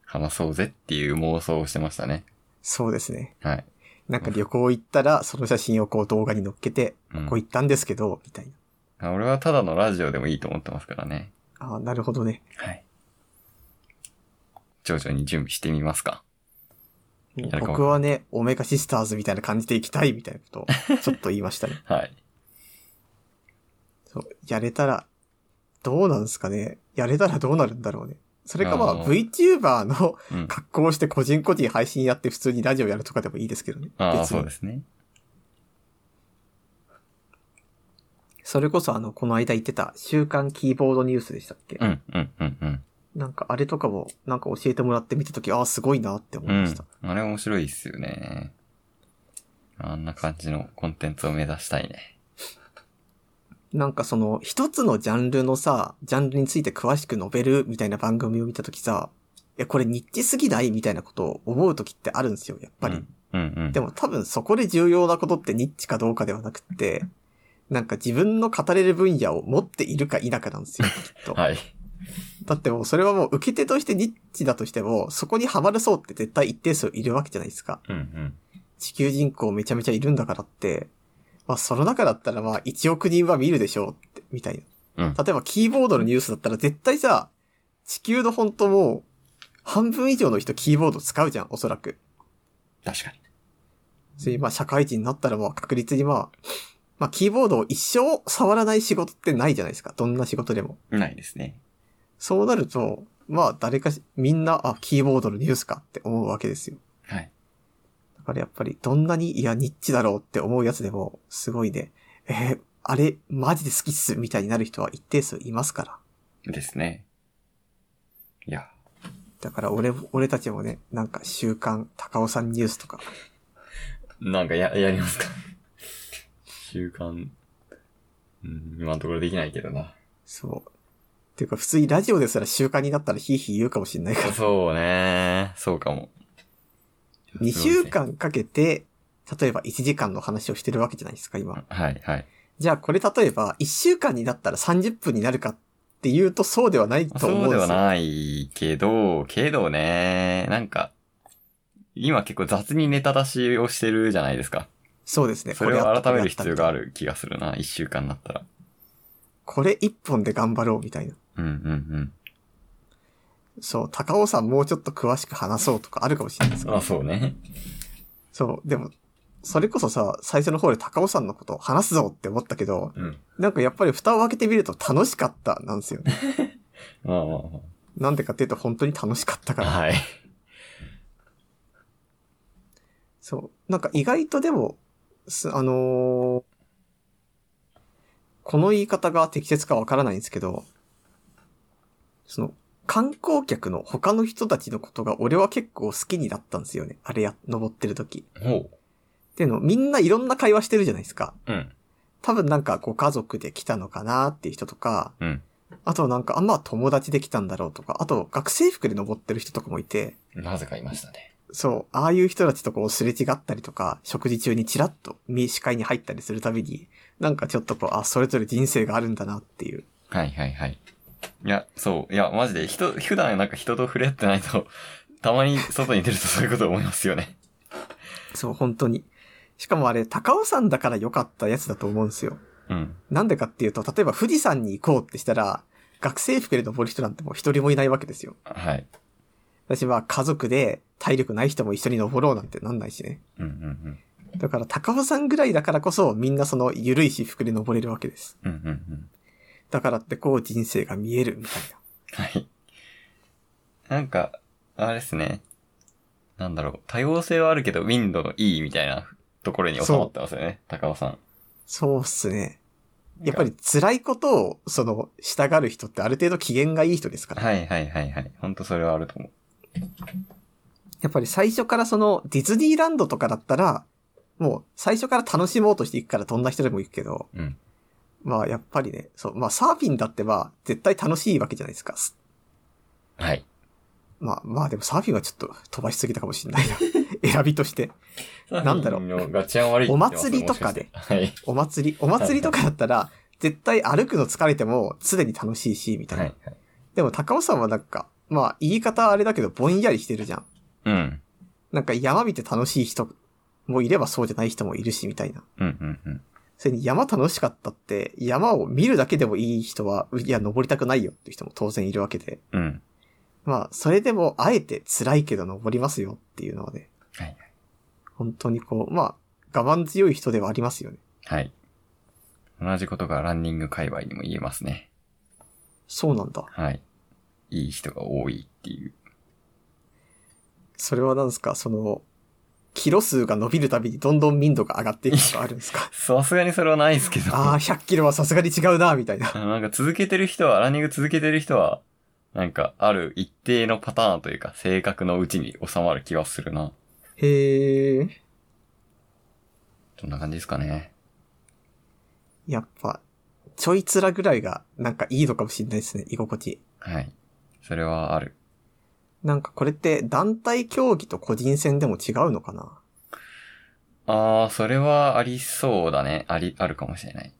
Speaker 2: 話そうぜっていう妄想をしてましたね。
Speaker 1: そうですね。
Speaker 2: はい。
Speaker 1: なんか旅行行ったら、その写真をこう動画に載っけて、
Speaker 2: う
Speaker 1: こ
Speaker 2: ん
Speaker 1: こ行ったんですけど、みたいな。
Speaker 2: 俺はただのラジオでもいいと思ってますからね。
Speaker 1: ああ、なるほどね。
Speaker 2: はい。徐々に準備してみますか。
Speaker 1: もう
Speaker 2: やるかも
Speaker 1: 僕はね、オメガシスターズみたいな感じで行きたいみたいなことを、ちょっと言いましたね。
Speaker 2: はい。
Speaker 1: そう、やれたら、どうなんですかね。やれたらどうなるんだろうね。それかま
Speaker 2: あ
Speaker 1: あ、
Speaker 2: ー
Speaker 1: VTuber の
Speaker 2: うん。
Speaker 1: 格好をして個人個人配信やって普通にラジオやるとかでもいいですけどね。
Speaker 2: ああ、
Speaker 1: 別に
Speaker 2: そうですね。
Speaker 1: それこそあの、この間言ってた週刊キーボードニュースでしたっけ、
Speaker 2: うん、うん、うん、うん。
Speaker 1: なんかあれとかも、なんか教えてもらって見たとき、ああ、すごいなって思
Speaker 2: う
Speaker 1: い
Speaker 2: ん
Speaker 1: ました。。
Speaker 2: あれ面白いっすよね。あんな感じのコンテンツを目指したいね。
Speaker 1: なんかその、一つのジャンルのさ、ジャンルについて詳しく述べるみたいな番組を見たときさ、いや、これニッチすぎないみたいなことを思うときってあるんですよ、やっぱり。
Speaker 2: うんうん。
Speaker 1: でも多分そこで重要なことってニッチかどうかではなくって、なんか自分の語れる分野を持っているか否かなん ですよ、きっと。
Speaker 2: はい。
Speaker 1: だってもうそれはもう受け手としてニッチだとしても、そこにハマる層って絶対一定数いるわけじゃないですか。
Speaker 2: うんうん。
Speaker 1: 地球人口めちゃめちゃいるんだからって、まあその中だったらまあ1億人は見るでしょうって、みたいな。
Speaker 2: うん
Speaker 1: 例えばキーボードのニュースだったら絶対さ、地球の本当もう半分以上の人キーボード使うじゃん、おそらく。
Speaker 2: 確かに。
Speaker 1: それまあ社会人になったらまあ確率にまあ、まあキーボードを一生触らない仕事ってないじゃないですか。どんな仕事でも。
Speaker 2: ないですね。
Speaker 1: そうなると、まあ誰かし、みんな、あ、キーボードのニュースかって思うわけですよ。
Speaker 2: はい。
Speaker 1: だからやっぱりどんなに、いや、ニッチだろうって思うやつでも、すごいね、えーあれ、マジで好きっす、みたいになる人は一定数いますから。
Speaker 2: ですね。いや、
Speaker 1: だから俺、俺たちもね、なんか週刊、高尾さんニュースとか、
Speaker 2: なんかや、やりますか 習慣。うん、今のところできないけどな。
Speaker 1: そう。っていうか普通にラジオですら習慣になったらヒーヒー言うかもしんないから。
Speaker 2: そうね。そうかも。
Speaker 1: 2週間かけて、例えば1時間の話をしてるわけじゃないですか、今。
Speaker 2: はい、はい。
Speaker 1: じゃあこれ例えば1週間になったら30分になるかっていうとそうではないと思うん
Speaker 2: そう
Speaker 1: です
Speaker 2: で
Speaker 1: よ。
Speaker 2: はないけど、けどね、なんか、今結構雑にネタ出しをしてるじゃないですか。
Speaker 1: そうですね。
Speaker 2: それを改める必要があ
Speaker 1: る。
Speaker 2: る気がするな、一週間だったら。
Speaker 1: これ一本で頑張ろうみたいな。
Speaker 2: うんうん
Speaker 1: そう、高尾さんもうちょっと詳しく話そうとかあるかもしれないです
Speaker 2: うん。あ、そうね。
Speaker 1: そう、でも、それこそさ、最初の方で高尾さんのことを話すぞって思ったけど、
Speaker 2: うん。
Speaker 1: なんかやっぱり蓋を開けてみると楽しかったなんですよね。
Speaker 2: まあま
Speaker 1: なんでかっていうと本当に楽しかった
Speaker 2: あ
Speaker 1: か
Speaker 2: まあ。
Speaker 1: ら。
Speaker 2: はい。
Speaker 1: そう。なんか意外とでも、すあのーこの言い方が適切かわからないんですけど、その、観光客の他の人たちのことが俺は結構好きになったんですよね。あれや、登ってる時。
Speaker 2: ほ
Speaker 1: っていうの、みんないろんな会話してるじゃないですか。
Speaker 2: う。うん。
Speaker 1: 多分なんかご家族で来たのかなっていう人とか、
Speaker 2: うん。
Speaker 1: あとなんかあんま友達で来たんだろうとか、あと学生服で登ってる人とかもいて、
Speaker 2: なぜかいましたね。
Speaker 1: そう、ああいう人たちとこうすれ違ったりとか、食事中にチラッと見視界に入ったりするたびに、なんかちょっとこう、あ、それぞれ人生があるんだなっていう。
Speaker 2: はいはいはい。いや、そう。いや、マジで人、普段なんか人と触れ合ってないと、たまに外に出るとそういうこと思いますよね。
Speaker 1: そう、本当に。しかもあれ、高尾山だから良かったやつだと思うんですよ。
Speaker 2: うん。
Speaker 1: なんでかっていうと、例えば富士山に行こうってしたら、学生服で登る人なんてもう一人もいないわけですよ。
Speaker 2: はい。
Speaker 1: 私は家族で体力ない人も一緒に登ろうなんてなんないしね。
Speaker 2: うんうん
Speaker 1: だから高尾山ぐらいだからこそみんなその緩い私服で登れるわけです。
Speaker 2: うん。うんうんうん。
Speaker 1: だからってこう人生が見えるみたいな。
Speaker 2: はい。なんか、あれですね。なんだろう。多様性はあるけど、ウィンドのいいみたいなところに収まってますよね。高尾さん。
Speaker 1: そうっすね。やっぱり辛いことを、その、従る人ってある程度機嫌がいい人ですから。
Speaker 2: はいはいはいはい。ほんとそれはあると思う。
Speaker 1: やっぱり最初からその、ディズニーランドとかだったら、もう最初から楽しもうとしていくからどんな人でも行くけど、
Speaker 2: うん。
Speaker 1: まあやっぱりね、そう、まあサーフィンだってまあ絶対楽しいわけじゃないですか。
Speaker 2: はい。
Speaker 1: まあまあでもサーフィンはちょっと飛ばしすぎたかもしれない な。選びとして。なんだろう
Speaker 2: サーフィンのガチャン悪いって言ってます
Speaker 1: お祭りとかで。
Speaker 2: もしして
Speaker 1: お祭り、お祭りとかだったら、絶対歩くの疲れても常に楽しいし、みたい
Speaker 2: はい。
Speaker 1: な。
Speaker 2: はい。はい。
Speaker 1: でも高尾山はなんか、まあ言い方はあれだけどぼんやりしてるじゃん。
Speaker 2: うん。
Speaker 1: なんか山見て楽しい人もいればそうじゃない人もいるし、みたいな。
Speaker 2: うんうんうん。
Speaker 1: それに山楽しかったって、山を見るだけでもいい人は、いや、登りたくないよっていう人も当然いるわけで。
Speaker 2: うん。
Speaker 1: まあ、それでも、あえて辛いけど登りますよっていうのはね。
Speaker 2: はい。
Speaker 1: 本当にこう、まあ、我慢強い人ではありますよね。
Speaker 2: はい。同じことがランニング界隈にも言えますね。
Speaker 1: そうなんだ。
Speaker 2: はい。いい人が多いっていう。
Speaker 1: それはなんですか、その、キロ数が伸びるたびにどんどん民度が上がっていくとかあるん ですか
Speaker 2: さすがにそれはないですけど。
Speaker 1: ああ、100キロはさすがに違うな、みたいな。
Speaker 2: あのなんか続けてる人は、ランニング続けてる人は、なんかある一定のパターンというか、性格のうちに収まる気はするな。
Speaker 1: へえ、
Speaker 2: そんな感じですかね。
Speaker 1: やっぱ、ちょいつらぐらいが、なんかいいのかもしれないですね、居心地。
Speaker 2: はい。それはある。
Speaker 1: なんかこれって団体競技と個人戦でも違うのかな
Speaker 2: ああ、それはありそうだね。あり、あるかもしれない。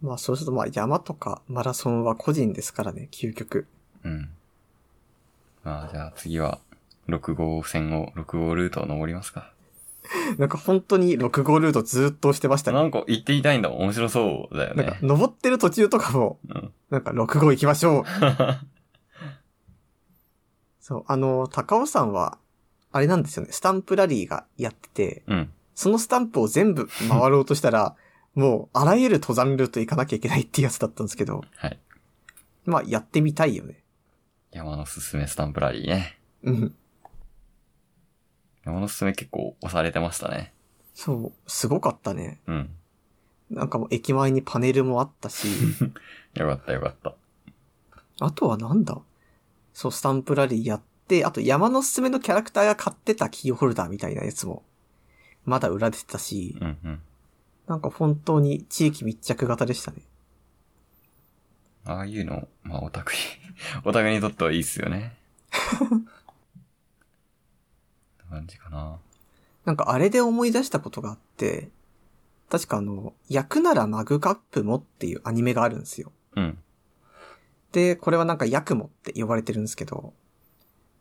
Speaker 1: まあそうするとまあ山とかマラソンは個人ですからね、究極。
Speaker 2: うん。まあ、じゃあ次は、6号線を、6号ルートを登りますか。
Speaker 1: なんか本当に6号ルートずーっと押してましたね。
Speaker 2: なんか行ってみたいんだ。面白そうだよ
Speaker 1: なんか
Speaker 2: ね。
Speaker 1: 登ってる途中とかも、
Speaker 2: うん。
Speaker 1: なんか6号行きましょう。そう、あの、高尾山は、あれなんですよね、スタンプラリーがやってて、
Speaker 2: うん。
Speaker 1: そのスタンプを全 部回ろうとしたら、もうあらゆる登山ルート行かなきゃいけないってやつだったんですけど、
Speaker 2: はい。
Speaker 1: まあやってみたいよね。
Speaker 2: 山のすすめスタンプラリーね。
Speaker 1: うん。
Speaker 2: 山のすすめ結構押されてましたね。
Speaker 1: そう、すごかったね。
Speaker 2: うん。
Speaker 1: なんかもう駅前にパネルもあった し、
Speaker 2: よかったよかった。
Speaker 1: あとはなんだそう、スタンプラリーやって、あと山のすすめのキャラクターが買ってたキーホルダーみたいなやつも、まだ売られてたし、
Speaker 2: うんうん。
Speaker 1: なんか本当に地域密着型でしたね。
Speaker 2: ああいうの、まあオタクに、 オタクにとってはいいっすよね。こんな感じかな。
Speaker 1: なんかあれで思い出したことがあって、確かあの、焼くならマグカップもっていうアニメがあるんですよ。
Speaker 2: うん。
Speaker 1: で、これはなんかヤクモって呼ばれてるんですけど、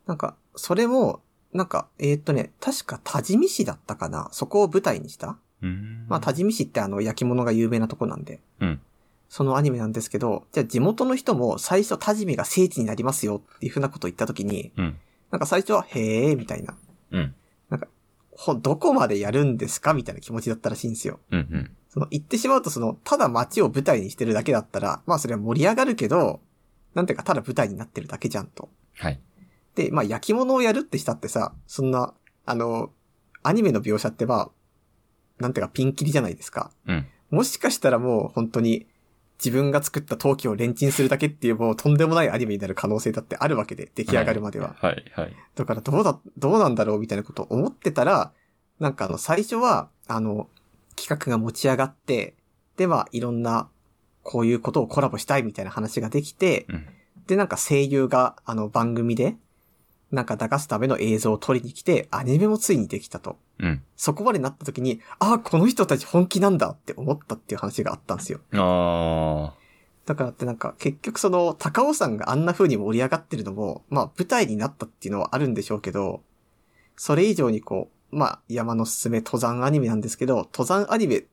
Speaker 1: なんか、それも、なんか、えーっとね、確か多治見市だったかなそこを舞台にした
Speaker 2: うーん。
Speaker 1: まあ、多治見市ってあの、焼き物が有名なとこなんで。
Speaker 2: うん
Speaker 1: そのアニメなんですけど、じゃあ地元の人も最初多治見が聖地になりますよっていうふうなことを言ったときに、
Speaker 2: うん。
Speaker 1: なんか最初は、へえー、みたいな。
Speaker 2: うん。
Speaker 1: ほ、どこまでやるんですかみたいな気持ちだったらしいんですよ。
Speaker 2: うんうん。
Speaker 1: その、言ってしまうとその、ただ街を舞台にしてるだけだったら、まあそれは盛り上がるけど、なんていうかただ舞台になってるだけじゃんと。
Speaker 2: はい。
Speaker 1: で、まあ焼き物をやるってしたってさ、そんな、あの、アニメの描写ってまあ、なんていうかピンキリじゃないですか。
Speaker 2: うん。
Speaker 1: もしかしたらもう本当に自分が作った陶器をレンチンするだけっていうもうとんでもないアニメになる可能性だってあるわけで、出来上がるまでは。
Speaker 2: はい、はい。
Speaker 1: だからどうだ、どうなんだろうみたいなことを思ってたら、なんかあの最初は、あの、企画が持ち上がって、でまあいろんな、こういうことをコラボしたいみたいな話ができて、
Speaker 2: うん。
Speaker 1: でなんか声優があの番組で、なんか流すための映像を撮りに来て、アニメもついにできたと。
Speaker 2: うん。
Speaker 1: そこまでなった時に、ああ、この人たち本気なんだって思ったっていう話があったんですよ。
Speaker 2: あ
Speaker 1: だからってなんか結局その高尾山があんな風に盛り上がってるのも、まあ舞台になったっていうのはあるんでしょうけど、それ以上にこう、まあ山のすすめ登山アニメなんですけど、登山アニメ、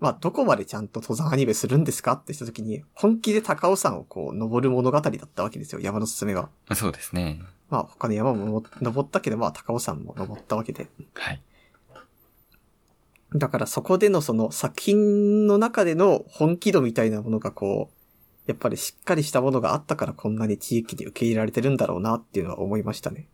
Speaker 1: まあどこまでちゃんと登山アニメするんですかってした時に、本気で高尾山をこう登る物語だったわけですよ、山のすすめは。
Speaker 2: あ。そうですね。
Speaker 1: まあ他の山も登ったけど、まあ高尾山も登ったわけで。
Speaker 2: はい。
Speaker 1: だからそこでのその作品の中での本気度みたいなものがこう、やっぱりしっかりしたものがあったからこんなに地域に受け入れられてるんだろうなっていうのは思いましたね。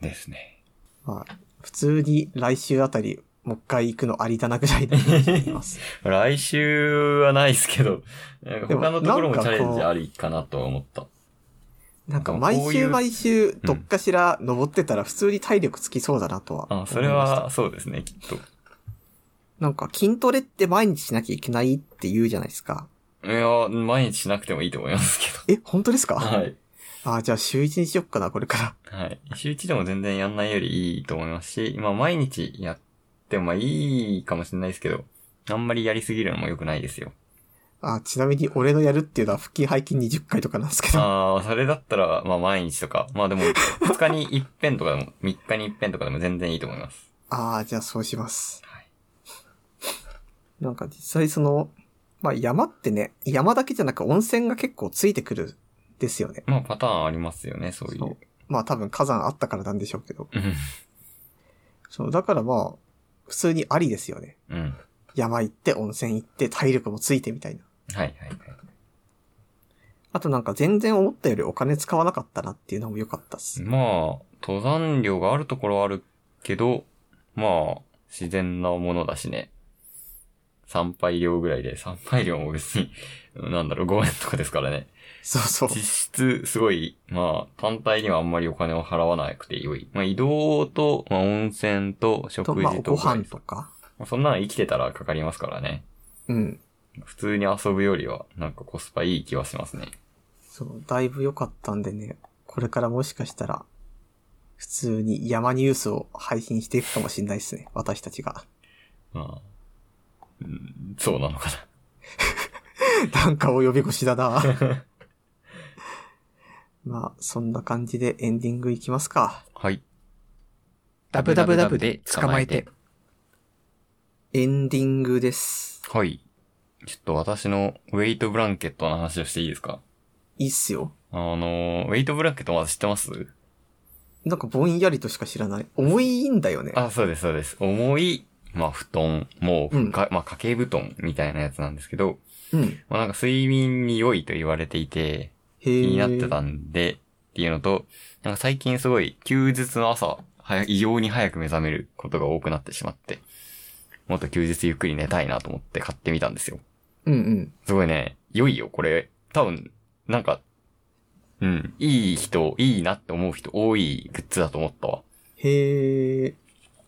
Speaker 2: ですね。
Speaker 1: まあ、普通に来週あたりもう一回行くのありだなぐらい の気がします。
Speaker 2: 来週はないですけど、なんか
Speaker 1: でも
Speaker 2: 他のところも
Speaker 1: なん
Speaker 2: チ
Speaker 1: か
Speaker 2: ャ
Speaker 1: こう
Speaker 2: レンジありかなとは思った。
Speaker 1: なんか毎週毎週どっかしら登ってたら普通に体力つきそうだなとは思い
Speaker 2: あ
Speaker 1: ました。
Speaker 2: それは、そうですね、きっと。
Speaker 1: なんか筋トレって毎日しなきゃいけないって言うじゃないですか。
Speaker 2: いや、毎日しなくてもいいと思いますけ
Speaker 1: え、本当ですか、
Speaker 2: ど。はい。
Speaker 1: あ、じゃあ週一にしよっかな、これから。
Speaker 2: はい。週一でも全然やんないよりいいと思いますし、まあ毎日やってもまあいいかもしれないですけど、あんまりやりすぎるのも良くないですよ。
Speaker 1: あ、ちなみに俺のやるっていうのは腹筋背筋20回とかなんですけど。
Speaker 2: ああ、それだったら、まあ毎日とか、まあでも、2日に一遍とかでも、3日 に一遍とかでも全然いいと思います。
Speaker 1: ああ、じゃあそうします。
Speaker 2: はい。
Speaker 1: なんか実際その、まあ山ってね、山だけじゃなく温泉が結構ついてくるんですよね。
Speaker 2: まあパターンありますよね、そうい。
Speaker 1: そうまあ多分火山あったからなんでしょうけど。
Speaker 2: うん
Speaker 1: そう、だからまあ、普通にありですよね。
Speaker 2: うん。はい
Speaker 1: 山行って温泉行って体力もついてみたいな。
Speaker 2: はいはい。
Speaker 1: あとなんか全然思ったよりお金使わなかったなっていうのも良かったっす。
Speaker 2: まあ、登山量があるところはあるけど、まあ、自然なものだしね。参拝量ぐらいで、参拝量も別に、 なんだろう、5円とかですからね。
Speaker 1: そうそう。
Speaker 2: 実質、すごい、まあ、単体にはあんまりお金を払わなくて良い。まあ、移動と、まあ、温泉と、食
Speaker 1: と、まあ
Speaker 2: 事と、
Speaker 1: ご飯とか。
Speaker 2: そんなの生きてたらかかりますからね。
Speaker 1: うん。
Speaker 2: 普通に遊ぶよりは、なんかコスパいい気はしますね。
Speaker 1: そう、だいぶ良かったんでね、これからもしかしたら、普通に山ニュースを配信していくかもしれないですね、私たちが。
Speaker 2: まあ、うん、そうなのかな。
Speaker 1: なんかお呼び越しだな。まあ、そんな感じでエンディングいきますか。
Speaker 2: はい。
Speaker 3: ダブダブダブで捕まえて。
Speaker 1: エンディングです。
Speaker 2: はい。ちょっと私のウェイトブランケットの話をしていいですか
Speaker 1: いいっすよ。
Speaker 2: あのー、ウェイトブランケットまず知ってます
Speaker 1: なんかぼんやりとしか知らない。重いんだよね。
Speaker 2: あ、そうです、そうです。重い、まあ、布団、毛布か、まあ、掛け布団みたいなやつなんですけど、
Speaker 1: うん。
Speaker 2: まあ、なんか睡眠に良いと言われていて、
Speaker 1: へ
Speaker 2: 気
Speaker 1: え。
Speaker 2: になってたんで、っていうのと、なんか最近すごい休日の朝、はや異様に早く目覚めることが多くなってしまって、もっと休日ゆっくり寝たいなと思って買ってみたんですよ。
Speaker 1: うんうん。
Speaker 2: すごいね、良いよ、これ。多分、なんか、うん、いい人、いいなって思う人多いグッズだと思ったわ。
Speaker 1: へえ。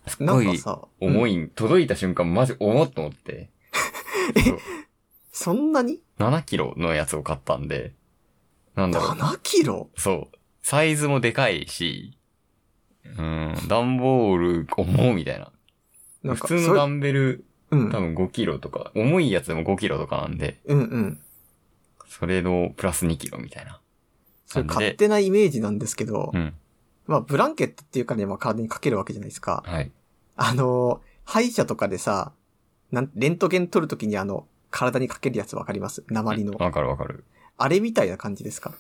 Speaker 2: すっ
Speaker 1: な
Speaker 2: ご
Speaker 1: んか
Speaker 2: い
Speaker 1: さ、
Speaker 2: 重
Speaker 1: い。
Speaker 2: い、届いた瞬間マジ重っと 思って。そう
Speaker 1: そんなに
Speaker 2: 7キロのやつを買ったんで、なんだろう。
Speaker 1: ?7 キロ
Speaker 2: そう。サイズもでかいし、うん、段ボール重いみたいな。
Speaker 1: なん
Speaker 2: 普
Speaker 1: か、
Speaker 2: 通のダンベル
Speaker 1: それう
Speaker 2: 多
Speaker 1: ん。
Speaker 2: 分5キロとか、重いやつでも5キロとかなんで、
Speaker 1: うんうん。
Speaker 2: それのプラス2キロみたいな。
Speaker 1: それ
Speaker 2: 感じで
Speaker 1: 勝手なイメージなんですけど、
Speaker 2: うん。
Speaker 1: まあ、ブランケットっていうかね、まあ、体にかけるわけじゃないですか。
Speaker 2: はい。
Speaker 1: あの、歯医者とかでさ、なんレントゲン取るときにあの、体にかけるやつわかります鉛の。
Speaker 2: わかるわかる。
Speaker 1: あれみたいな感じですか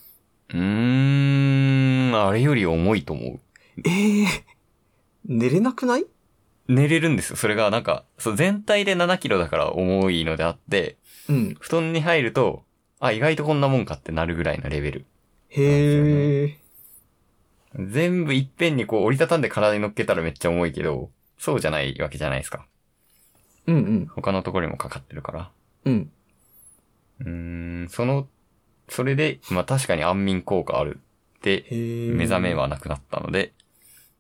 Speaker 2: うーん、あれより重いと思う。
Speaker 1: ええ寝れなくない
Speaker 2: 寝れるんですよ。それがなんか、そう、全体で7キロだから重いのであって、
Speaker 1: うん。
Speaker 2: 布団に入ると、あ、意外とこんなもんかってなるぐらいのレベル。
Speaker 1: へえ、
Speaker 2: 全部いっぺんにこう折りたたんで体に乗っけたらめっちゃ重いけど、そうじゃないわけじゃないですか。
Speaker 1: うんうん。
Speaker 2: 他のところにもかかってるから。
Speaker 1: うん。
Speaker 2: うーん、その、それで、まあ確かに安眠効果あるって、
Speaker 1: へえ。
Speaker 2: 目覚めはなくなったので、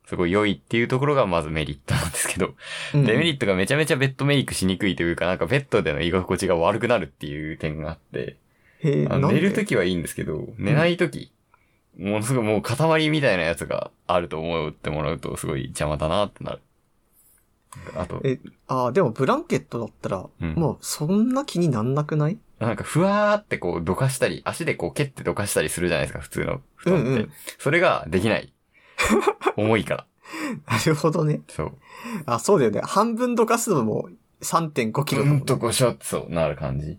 Speaker 2: すごい良いっていうところがまずメリットなんですけど、
Speaker 1: うん、
Speaker 2: デメリットがめちゃめちゃベッドメイクしにくいというか、なんかベッドでの居心地が悪くなるっていう点があって、
Speaker 1: へえ
Speaker 2: あの寝ると
Speaker 1: き。
Speaker 2: きはいいんですけど、寝ないとき、ものすごいもう塊みたいなやつがあると思ってもらうとすごい邪魔だなってなる。あと、
Speaker 1: えああ、でもブランケットだったら、
Speaker 2: うん
Speaker 1: もうそんな気になんなくない
Speaker 2: なんかふわーってこうどかしたり、足でこう蹴ってどかしたりするじゃないですか、普通の布団って。
Speaker 1: うんうん
Speaker 2: それがで きない。重いから。
Speaker 1: なるほどね。
Speaker 2: そう。
Speaker 1: あ、そうだよね。半分どかすのも3.5キ
Speaker 2: う
Speaker 1: ロだもん
Speaker 2: ん
Speaker 1: ね
Speaker 2: とこしょってそうなる感じ。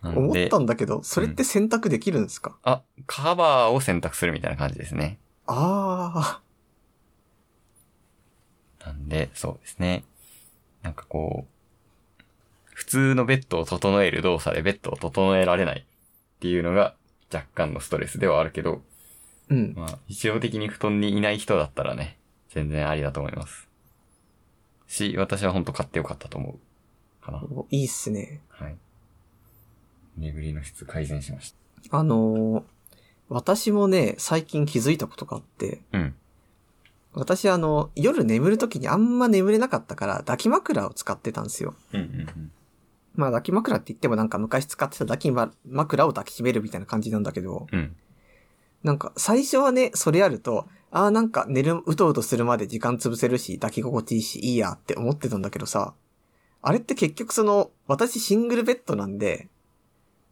Speaker 2: なんで
Speaker 1: 思ったんだけど、それって選択できるんですか、
Speaker 2: あ、カバーを選択するみたいな感じですね。
Speaker 1: ああ、
Speaker 2: なんで、そうですね。なんかこう、普通のベッドを整える動作でベッドを整えられないっていうのが若干のストレスではあるけど、
Speaker 1: うん。
Speaker 2: まあ、日常的に布団にいない人だったらね、全然ありだと思います。し、私は本当買ってよかったと思う。かな。
Speaker 1: いいっすね。
Speaker 2: はい。眠りの質改善しまし
Speaker 1: あのー私もね、最近気づいたことがあって、
Speaker 2: た。うん。
Speaker 1: 私あの、夜眠るときにあんま眠れなかったから、抱き枕を使ってたんですよ。
Speaker 2: うんうん
Speaker 1: まあ抱き枕って言ってもなんか昔使ってた抱きま枕を抱きしめるみたいな感じなんだけど、
Speaker 2: うん。うん。
Speaker 1: なんか最初はね、それやると、ああなんか寝る、うとうとするまで時間潰せるし、抱き心地いいし、いいやって思ってたんだけどさ、あれって結局その、私シングルベッドなんで、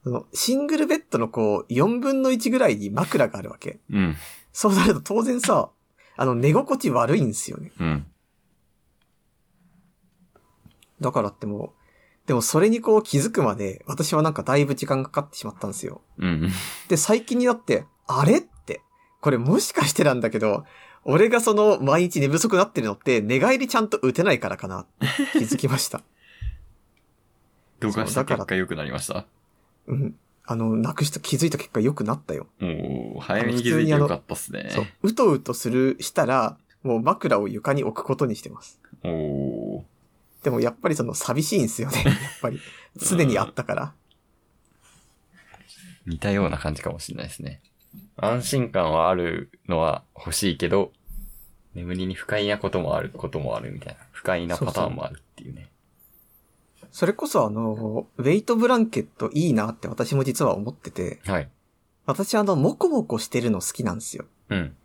Speaker 1: そのシングルベッドのこう、4分の1ぐらいに枕があるわけ。
Speaker 2: うん。
Speaker 1: そうなると当然さ、あの、寝心地悪いんですよね。
Speaker 2: うん。
Speaker 1: だからってもう、でもそれにこう気づくまで、私はなんかだいぶ時間かかってしまったんですよ。
Speaker 2: うん。
Speaker 1: で、最近になって、あれって、これもしかしてなんだけど、俺がその毎日寝不足になってるのって、寝返りちゃんと打てないからかなって気づきました。
Speaker 2: どうかし
Speaker 1: そうだか
Speaker 2: た
Speaker 1: ら
Speaker 2: 結果良くなりました。
Speaker 1: うん。あの、なくした、気づいた結果良くなったよ。
Speaker 2: もう、早めに気づいてよかったっすね。
Speaker 1: そう。うとうとする、したら、もう枕を床に置くことにしてます。
Speaker 2: おー。
Speaker 1: でもやっぱりその寂しいんですよね。やっぱり。常にあったから。
Speaker 2: 似たような感じかもしれないですね。安心感はあるのは欲しいけど、眠りに不快なこともあることもあるみたいな。不快なパターンもあるっていうね。
Speaker 1: それこそあの、ウェイトブランケットいいなって私も実は思ってて、
Speaker 2: はい。
Speaker 1: 私あの、モコモコしてるの好きなんですよ。
Speaker 2: うん。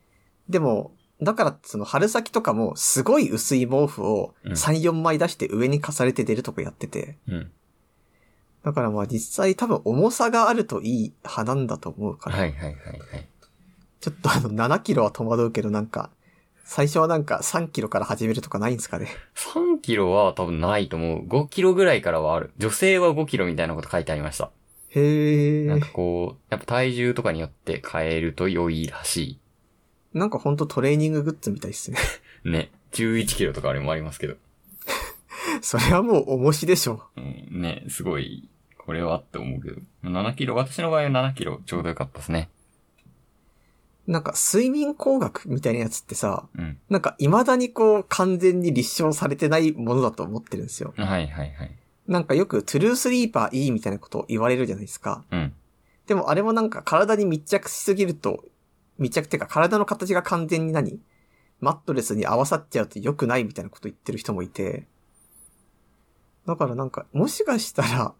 Speaker 1: でも、だからその春先とかもすごい薄い毛布を
Speaker 2: うん
Speaker 1: 3、4枚出して上に重ねて出るとこやってて。
Speaker 2: うん。
Speaker 1: だからまあ実際多分重さがあるといい派なんだと思うから。
Speaker 2: はいはいはいはい。
Speaker 1: ちょっとあの7キロは戸惑うけどなんか、最初はなんか3キロから始めるとかないんですかね。
Speaker 2: 3キロは多分ないと思う。5キロぐらいからはある。女性は5キロみたいなこと書いてありました。
Speaker 1: へ
Speaker 2: なん
Speaker 1: え
Speaker 2: か。こう、やっぱ体重とかによって変えると良いらし
Speaker 1: なんかほんとトレーニンググッズみたいですね。
Speaker 2: い。ね。11キロとかあれもありますけど。
Speaker 1: それはもう重しでしょ。
Speaker 2: うん、ね、すごい、これはって思うけど。7キロ、私の場合は7キロちょうどよかったですね。
Speaker 1: なんか睡眠工学みたいなやつってさ、
Speaker 2: うん。
Speaker 1: なんか未だにこう完全に立証されてないものだと思ってるんですよ。
Speaker 2: はいはいはい。
Speaker 1: なんかよくトゥルースリーパーいいみたいなことを言われるじゃないですか。
Speaker 2: うん。
Speaker 1: でもあれもなんか体に密着しすぎると、密着っていうか体の形が完全に何マットレスに合わさっちゃうと良くないみたいなこと言ってる人もいて。だからなんか、もしかしたら、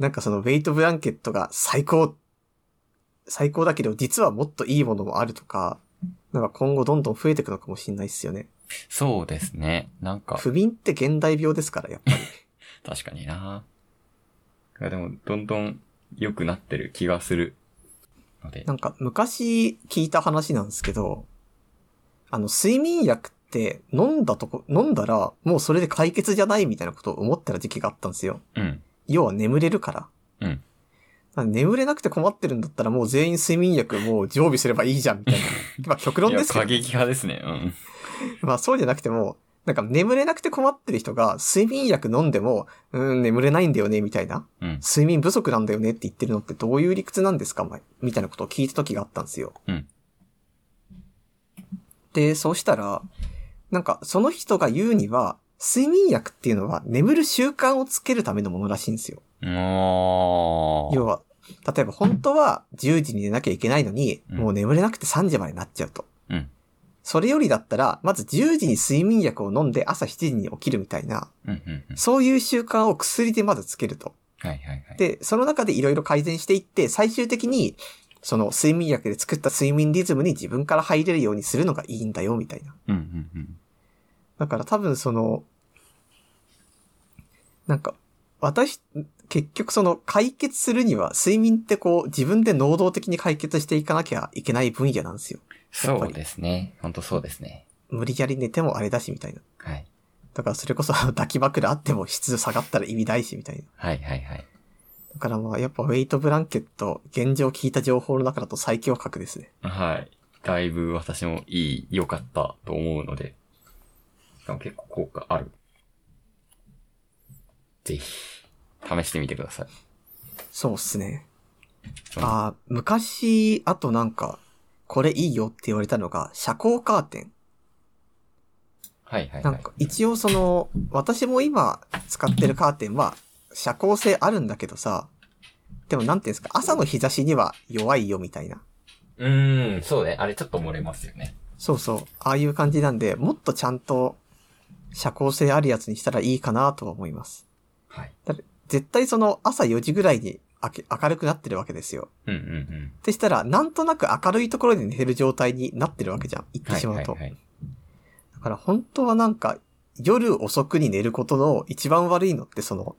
Speaker 1: なんかそのウェイトブランケットが最高、最高だけど実はもっといいものもあるとか、なんか今後どんどん増えていくのかもしれないですよね。
Speaker 2: そうですね。なんか、
Speaker 1: 不眠って現代病ですから、やっぱり。
Speaker 2: 確かにな。いやでも、どんどん良くなってる気がする。ので
Speaker 1: な。んか昔聞いた話なんですけど、あの、睡眠薬って飲んだとこ、飲んだらもうそれで解決じゃないみたいなことを思ってた時期があったんですよ。
Speaker 2: うん。
Speaker 1: 要は眠れるから。
Speaker 2: うん。
Speaker 1: なんか眠れなくて困ってるんだったらもう全員睡眠薬もう常備すればいいじゃんみ たいな。まあ極論
Speaker 2: い
Speaker 1: で
Speaker 2: や、
Speaker 1: すけ
Speaker 2: 過
Speaker 1: ど、
Speaker 2: 激派ですね。うん。
Speaker 1: まあそうじゃなくても、なんか眠れなくて困ってる人が睡眠薬飲んでも、うーん、眠れないんだよねみたいな。
Speaker 2: うん。
Speaker 1: 睡眠不足なんだよねって言ってるのってどういう理屈なんですかまみたいなことを聞いた時があったんですよ。
Speaker 2: うん
Speaker 1: で、そうしたら、なんかその人が言うには、睡眠薬っていうのは眠る習慣をつけるためのものらしいんですよ。
Speaker 2: も
Speaker 1: 要は、例えば本当は10時に寝なきゃいけないのに、
Speaker 2: うん
Speaker 1: もう眠れなくて3時までになっちゃうと。
Speaker 2: うん
Speaker 1: それよりだったら、まず10時に睡眠薬を飲んで朝7時に起きるみたいな、
Speaker 2: う。うんうんうん。
Speaker 1: そういう習慣を薬でまずつけると。
Speaker 2: はいはいはい。
Speaker 1: で、その中でいろいろ改善していって、最終的に、その睡眠薬で作った睡眠リズムに自分から入れるようにするのがいいんだよ、みたいな。
Speaker 2: うんうんうん。
Speaker 1: だから多分その、なんか、私、結局その解決するには睡眠ってこう自分で能動的に解決していかなきゃいけない分野なんですよ。
Speaker 2: そうですね。ほんとそうですね。
Speaker 1: 無理やり寝てもあれだしみたいな。
Speaker 2: はい。
Speaker 1: だからそれこそあの抱き枕あっても質下がったら意味ないしみたいな。
Speaker 2: はいはいはい。
Speaker 1: だからまあやっぱウェイトブランケット現状聞いた情報の中だと最強格ですね。
Speaker 2: はい。だいぶ私もいい、良かったと思うので。しかも結構効果ある。ぜひ、試してみてください。
Speaker 1: そうっすね。
Speaker 2: うん
Speaker 1: ああ、昔、あとなんか、これいいよって言われたのが、遮光カーテン。
Speaker 2: はいはいはい。
Speaker 1: なんか、一応その、私も今使ってるカーテンは、遮光性あるんだけどさ、でもなんていうんですか、朝の日差しには弱いよみたいな。
Speaker 2: うーん、そうね。あれちょっと漏れますよね。
Speaker 1: そうそう、ああいう感じなんで、もっとちゃんと、遮光性あるやつにしたらいいかなとは思います。
Speaker 2: はい。
Speaker 1: 絶対その朝4時ぐらいに明け明るくなってるわけですよ。
Speaker 2: うんうんうん。
Speaker 1: ってしたら、なんとなく明るいところで寝てる状態になってるわけじゃん。言ってしまうと。
Speaker 2: はいはいはい、
Speaker 1: だから本当はなんか、夜遅くに寝ることの一番悪いのってその、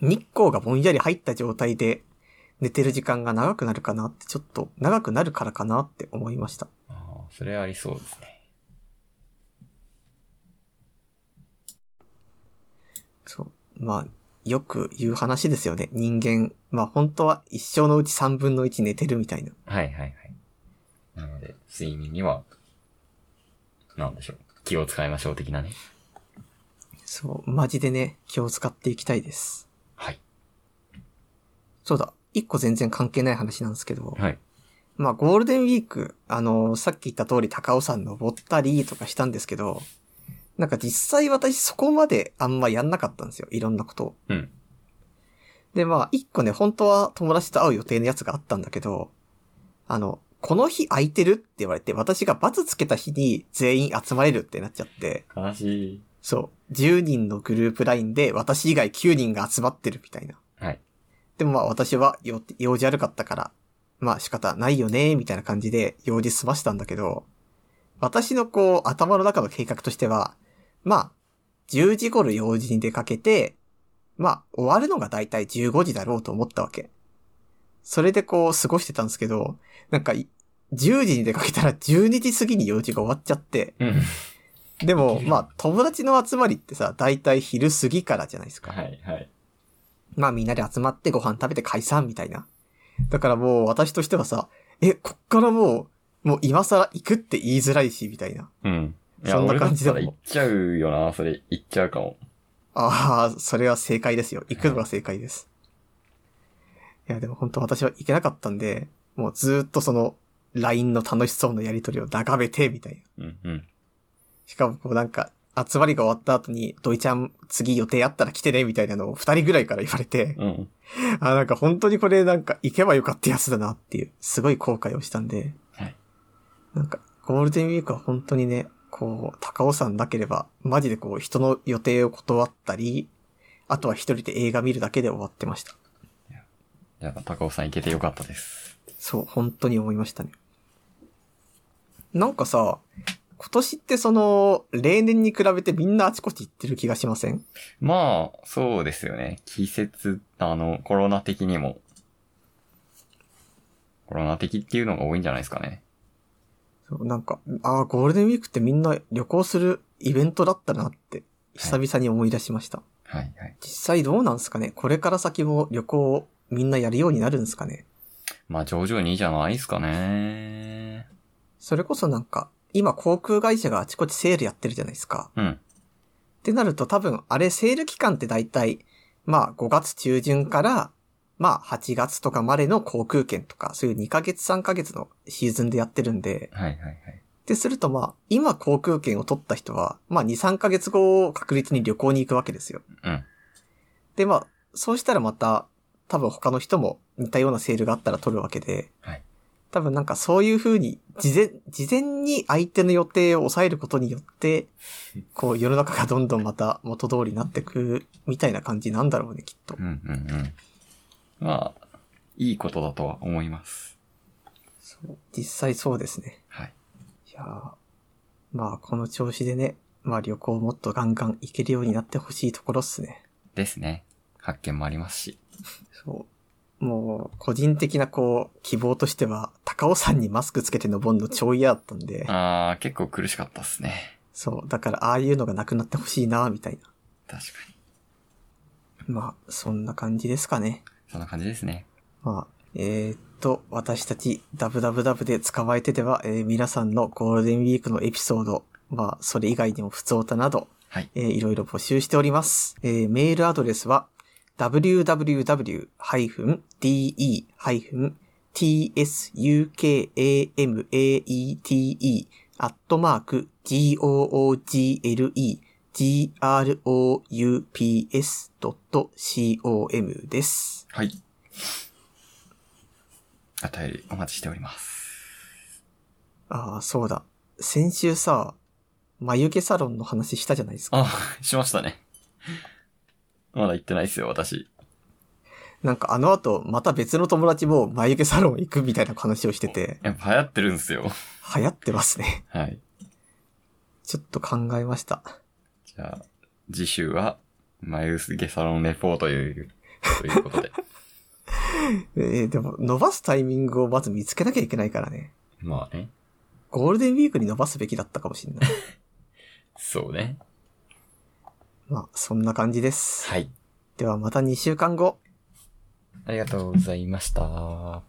Speaker 1: 日光がぼんやり入った状態で寝てる時間が長くなるかなって、ちょっと長くなるからかなって思いました。
Speaker 2: ああ、それありそうですね。
Speaker 1: そう。まあ、よく言う話ですよね。人間。まあ本当は一生のうち三分の一寝てるみたいな。
Speaker 2: はいはいはい。なので、睡眠には、なんでしょう。気を使いましょう的なね。
Speaker 1: そう。マジでね、気を使っていきたいです。
Speaker 2: はい。
Speaker 1: そうだ。一個全然関係ない話なんですけど。
Speaker 2: はい。
Speaker 1: まあ、ゴールデンウィーク、あのさっき言った通り高尾山登ったりとかしたんですけど、なんか実際私そこまであんまやんなかったんですよ。いろんなことを。
Speaker 2: うん。
Speaker 1: で、まあ、一個ね、本当は友達と会う予定のやつがあったんだけど、あの、この日空いてるって言われて、私がバツつけた日に全員集まれるってなっちゃって、
Speaker 2: 悲しい。
Speaker 1: そう。10人のグループラインで私以外9人が集まってるみたいな。
Speaker 2: はい。
Speaker 1: でもまあ私は用用事悪かったから、まあ仕方ないよね、みたいな感じで用事済ましたんだけど、私のこう頭の中の計画としては、まあ、10時頃用事に出かけて、まあ終わるのがだいたい15時だろうと思ったわけ。それでこう過ごしてたんですけど、なんかい10時に出かけたら12時過ぎに用事が終わっちゃって、
Speaker 2: うん。
Speaker 1: でも、まあ、友達の集まりってさ、だいたい昼過ぎからじゃないですか。
Speaker 2: はい、はい。
Speaker 1: まあ、みんなで集まってご飯食べて解散みたいな。だからもう、私としてはさ、え、こっからもう、もう今更行くって言いづらいし、みたいな。
Speaker 2: うん。いや、
Speaker 1: そんな
Speaker 2: 俺だ
Speaker 1: 感
Speaker 2: っ
Speaker 1: じで
Speaker 2: た
Speaker 1: も
Speaker 2: ら行っちゃうよな、それ。行っちゃうかも。
Speaker 1: ああ、それは正解ですよ。行くのが正解です。いや、でも本当私は行けなかったんで、もうずーっとその、LINE の楽しそうなやりとりを眺めて、みたいな。
Speaker 2: うん、うん。
Speaker 1: しかもこうなんか、集まりが終わった後に、土井ちゃん次予定あったら来てね、みたいなのを二人ぐらいから言われて、
Speaker 2: うん。
Speaker 1: あ、なんか本当にこれなんか行けばよかったやつだなっていう、すごい後悔をしたんで。
Speaker 2: はい
Speaker 1: なんか、ゴールデンウィークは本当にね、こう、高尾山なければ、マジでこう、人の予定を断ったり、あとは一人で映画見るだけで終わってました。
Speaker 2: じゃあ、高尾さん行けてよかったです。
Speaker 1: そう、本当に思いましたね。なんかさ、今年ってその、例年に比べてみんなあちこち行ってる気がしません
Speaker 2: まあ、そうですよね。季節、あの、コロナ的にも。コロナ的っていうのが多いんじゃないですかね。
Speaker 1: そうなんか、ああ、ゴールデンウィークってみんな旅行するイベントだったなって、久々に思い出しました。
Speaker 2: はい、はい。
Speaker 1: 実際どうなんすかねこれから先も旅行をみんなやるようになるんですかね
Speaker 2: まあ、徐々にじゃないですかね。
Speaker 1: それこそなんか、今航空会社があちこちセールやってるじゃないですか。
Speaker 2: うん。
Speaker 1: ってなると多分、あれセール期間って大体、まあ5月中旬から、まあ8月とかまでの航空券とか、そういう2ヶ月3ヶ月のシーズンでやってるんで、
Speaker 2: はい、はい、はい。
Speaker 1: ってするとまあ、今航空券を取った人は、まあ2、3ヶ月後確率に旅行に行くわけですよ。
Speaker 2: うん。
Speaker 1: で、まあ、そうしたらまた、多分他の人も似たようなセールがあったら取るわけで、
Speaker 2: はい
Speaker 1: 多分なんかそういう風に、事前、事前に相手の予定を抑えることによ って、こう世の中がどんどんまた元通りになってく、みたいな感じなんだろうね、きっと
Speaker 2: う。んうんうん。まあ、いいことだとは思います。
Speaker 1: そう実際そうですね。
Speaker 2: はい。
Speaker 1: いやーまあこの調子でね、まあ旅行もっとガンガン行けるようになってほしいところっすね。
Speaker 2: ですね。発見もありますし。
Speaker 1: そう。もう、個人的なこう、希望としては、高尾山にマスクつけて登るの超嫌だったんで、
Speaker 2: あー、結構苦しかったっすね。
Speaker 1: そう。だから、ああいうのがなくなってほしいな、みたいな。
Speaker 2: 確かに。
Speaker 1: まあ、そんな感じですかね。
Speaker 2: そんな感じですね。
Speaker 1: まあ、えーっと、私たち、ダブダブダブで捕まえてでは、えー皆さんのゴールデンウィークのエピソード、まあ、それ以外にも普通歌など、
Speaker 2: はい。
Speaker 1: えーいろいろ募集しております。えーメールアドレスは、www-de-tsukamate アットマーク google-groups.com です。
Speaker 2: はい。お便りお待ちしております。
Speaker 1: ああ、そうだ。先週さ、眉毛サロンの話したじゃないですか。
Speaker 2: あ、しましたね。まだ行ってないっすよ、私。
Speaker 1: なんかあの後、また別の友達も眉毛サロン行くみたいな話をしてて、
Speaker 2: やっぱ流行ってるんすよ。
Speaker 1: 流行ってますね。
Speaker 2: はい。
Speaker 1: ちょっと考えました。
Speaker 2: じゃあ、次週は、眉毛サロンレポートという、という ことで。
Speaker 1: えーでも、伸ばすタイミングをまず見つけなきゃいけないからね。
Speaker 2: まあね。
Speaker 1: ゴールデンウィークに伸ばすべきだったかもしれない。
Speaker 2: そうね。
Speaker 1: まあ、そんな感じです。
Speaker 2: はい。
Speaker 1: ではまた2週間後。
Speaker 2: ありがとうございました。